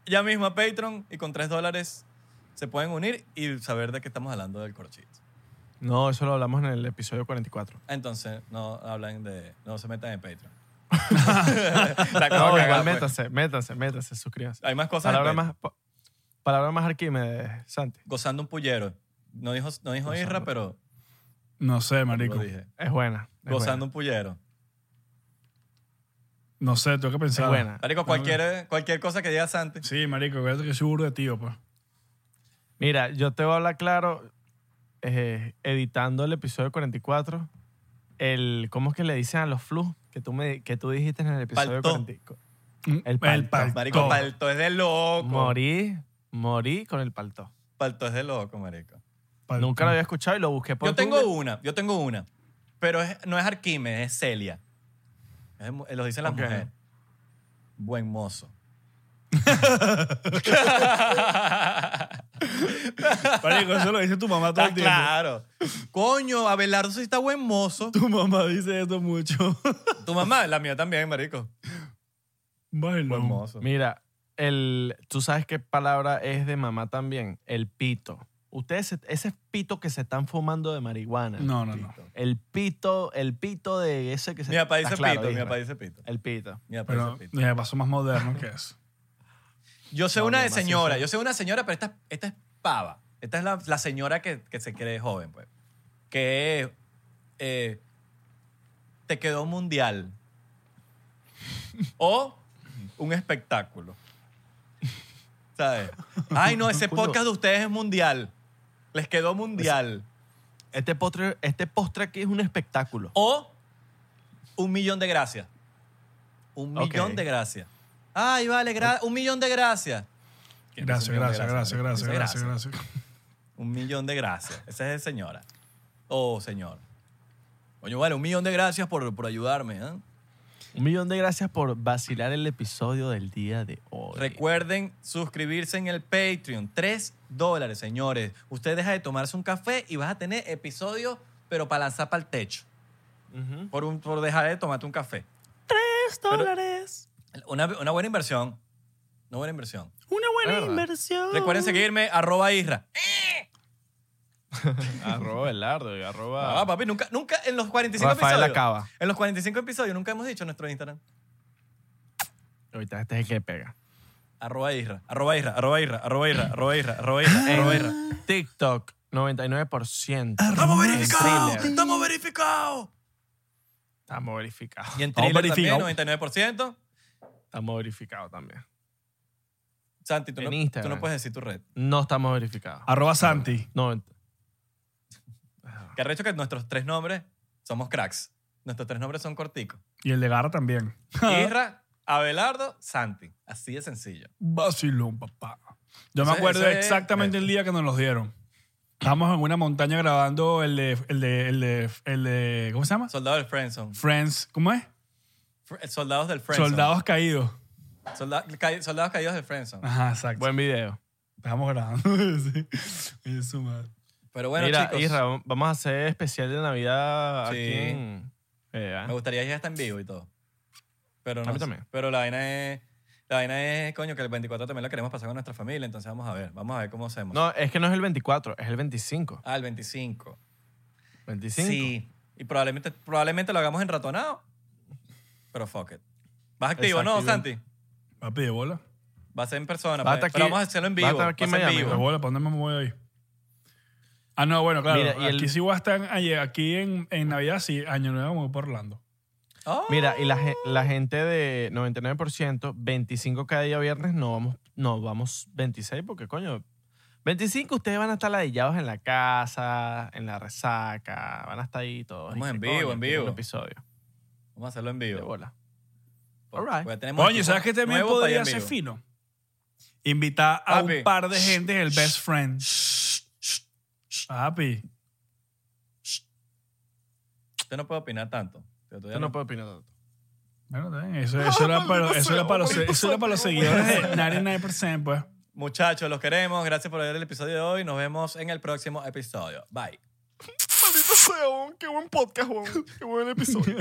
ya mismo a Patreon y con 3 dólares se pueden unir y saber de qué estamos hablando del Corchito. No, eso lo hablamos en el episodio 44. Entonces, no hablan de. No se metan en Patreon. La acabo No, de igual cagar, pues. Ah, métanse, métanse, métanse, suscríbanse. Hay más cosas. en Palabra Patreon. más, pa- palabra más Arquímedes, Santi. Gozando un pullero. No dijo, no dijo Gozando. Isra, pero No sé, lo marico. dije. Es buena. es Gozando un pullero. No sé, tengo que buena, pensar. Es buena. Marico, cualquier, cualquier cosa que digas antes. Sí, marico, acuérdate que soy burro de tío, pues. Mira, yo te voy a hablar claro, eh, editando el episodio 44, el, ¿cómo es que le dicen a los flus que tú, me, que tú dijiste en el episodio Paltó. 45? El El palto. palto. Marico, Todo. palto es de loco. Morí, morí con el palto. Palto es de loco, marico. Palto. Nunca lo había escuchado y lo busqué por Yo tengo Google. una, yo tengo una. Pero es- no es Arquímedes, es Celia. Es mu- eh, lo dicen las Ok. mujeres. Buen mozo. Marico, eso lo dice tu mamá todo Está el tiempo. claro. Coño, Abelardo sí está buen mozo. Tu mamá dice esto mucho. Tu mamá, la mía también, marico. Buen Bueno. mozo. Mira, el, tú sabes qué palabra es de mamá también, el pito. Ustedes, se- ese pito que se están fumando de marihuana. No, no, no. El pito, el pito de ese que se Mi papá está dice claro, pito, mi dije, papá dice pito. El pito. Mi papá Pero dice pito. me pasó más moderno que eso. Yo sé No, una mi de mamá sí señora, usa- yo sé una señora, pero esta, esta es pava. Esta es la, la señora que, que se cree joven, pues. Que eh, te quedó mundial. O un espectáculo. ¿Sabes? Ay, no, ese Culo. podcast de ustedes es mundial. Les quedó mundial. Este postre, este postre aquí es un espectáculo. O un millón de gracias. Un Ok. millón de gracias. Ay, vale, gra- un millón de gracias. ¿Quién dice Gracias, un millón de gracias, gracias, marico? gracias, Dice gracias, gracias. Un millón de gracias. Esa es señora. Oh, señor. Coño, vale, un millón de gracias por, por ayudarme. ¿eh? Un millón de gracias por vacilar el episodio del día de hoy. Recuerden suscribirse en el Patreon. Tres dólares, señores. Usted deja de tomarse un café y vas a tener episodios, pero para lanzar para el techo. Ujú. Por, un, por dejar de tomarte un café. Tres dólares. Una, una buena inversión. Una buena inversión. Una buena Es verdad. inversión. Recuerden seguirme, arroba Isra. Arroba Belardo y Ah, arroba papi, nunca, nunca en los 45 Rafael episodios. Acaba. En los 45 episodios nunca hemos dicho nuestro Instagram. Ahorita este es el que pega. Arroba Isra, arroba Isra, arroba Isra, arroba Isra, arroba Isra, arroba Isra, arroba Isra. TikTok, 99%. Ah, Arroba En Thriller, ¡Estamos verificados! Estamos verificados. Y en Estamos Thriller también, verificados. 99%. Estamos verificados también. Santi, tú En no, tú Instagram. no puedes decir tu red. No estamos verificados. Ah. Arroba Santi. No, ent- Que arrecho que nuestros tres nombres somos cracks. Nuestros tres nombres son corticos. Y el de Gara también. Isra, Abelardo, Santi. Así de sencillo. Vacilón, papá. Yo me Ese- acuerdo ese es- exactamente el día que nos los dieron. Estábamos en una montaña grabando el de, el de, el de, el de ¿cómo se llama? Soldado del Friendzone. Friends, ¿cómo es? Fr- eh, Soldados Ah. del Friendzone. Soldados caídos. Solda- ca- soldados caídos del Friendzone. Ajá, exacto. buen video. Estábamos grabando. sí. Oye, su madre. Pero bueno, Mira, chicos. Isra, vamos a hacer especial de Sí. Navidad aquí en... Eh, ah. Me gustaría ya está en vivo y todo. Pero A no mí sé. también. Pero la vaina es. La vaina es, coño, que el 24 también lo queremos pasar con nuestra familia, entonces vamos a ver, vamos a ver cómo hacemos. No, es que no es el 24, es el 25. Ah, el 25. 25. Sí. Y probablemente, probablemente lo hagamos en ratonado. Pero fuck it. Vas activo, Exacto, ¿no, y Santi? Papi, de bola. Va a ser en persona. Va a pues, estar pero aquí- vamos a hacerlo en va a vivo. estar Va a aquí en ser en Miami, De vivo. bola, ¿para dónde me voy ahí? Ah, no, bueno, claro. Mira, y el- aquí sí voy a estar, ay, aquí en, en Navidad, sí, Año Nuevo me voy por Orlando. Oh, Mira, y la, ge- la gente de 99%, 25 cada día viernes, no vamos, no vamos 26 porque coño, 25 ustedes van a estar ladillados en la casa, en la resaca, van a estar ahí todos. Vamos Y en que, vivo, coño, en tiene vivo. Un episodio Vamos a hacerlo en de vivo. Pues, bola. All right. Porque tenemos Oye, equipo ¿sabes Este qué también nuevo para podría ir en ser vivo. fino? Invitar a Papi. un par de gente del best friend. Papi. Usted no puede opinar tanto. Yo todavía Yo no no- puedo opinar tanto. Bueno, está bien. eso, eso era para, eso era para los, eso era para los seguidores de 99%, pues. Muchachos, los queremos. Gracias por ver el episodio de hoy. Nos vemos en el próximo episodio. Bye. Maldito sea, qué buen podcast, qué buen episodio.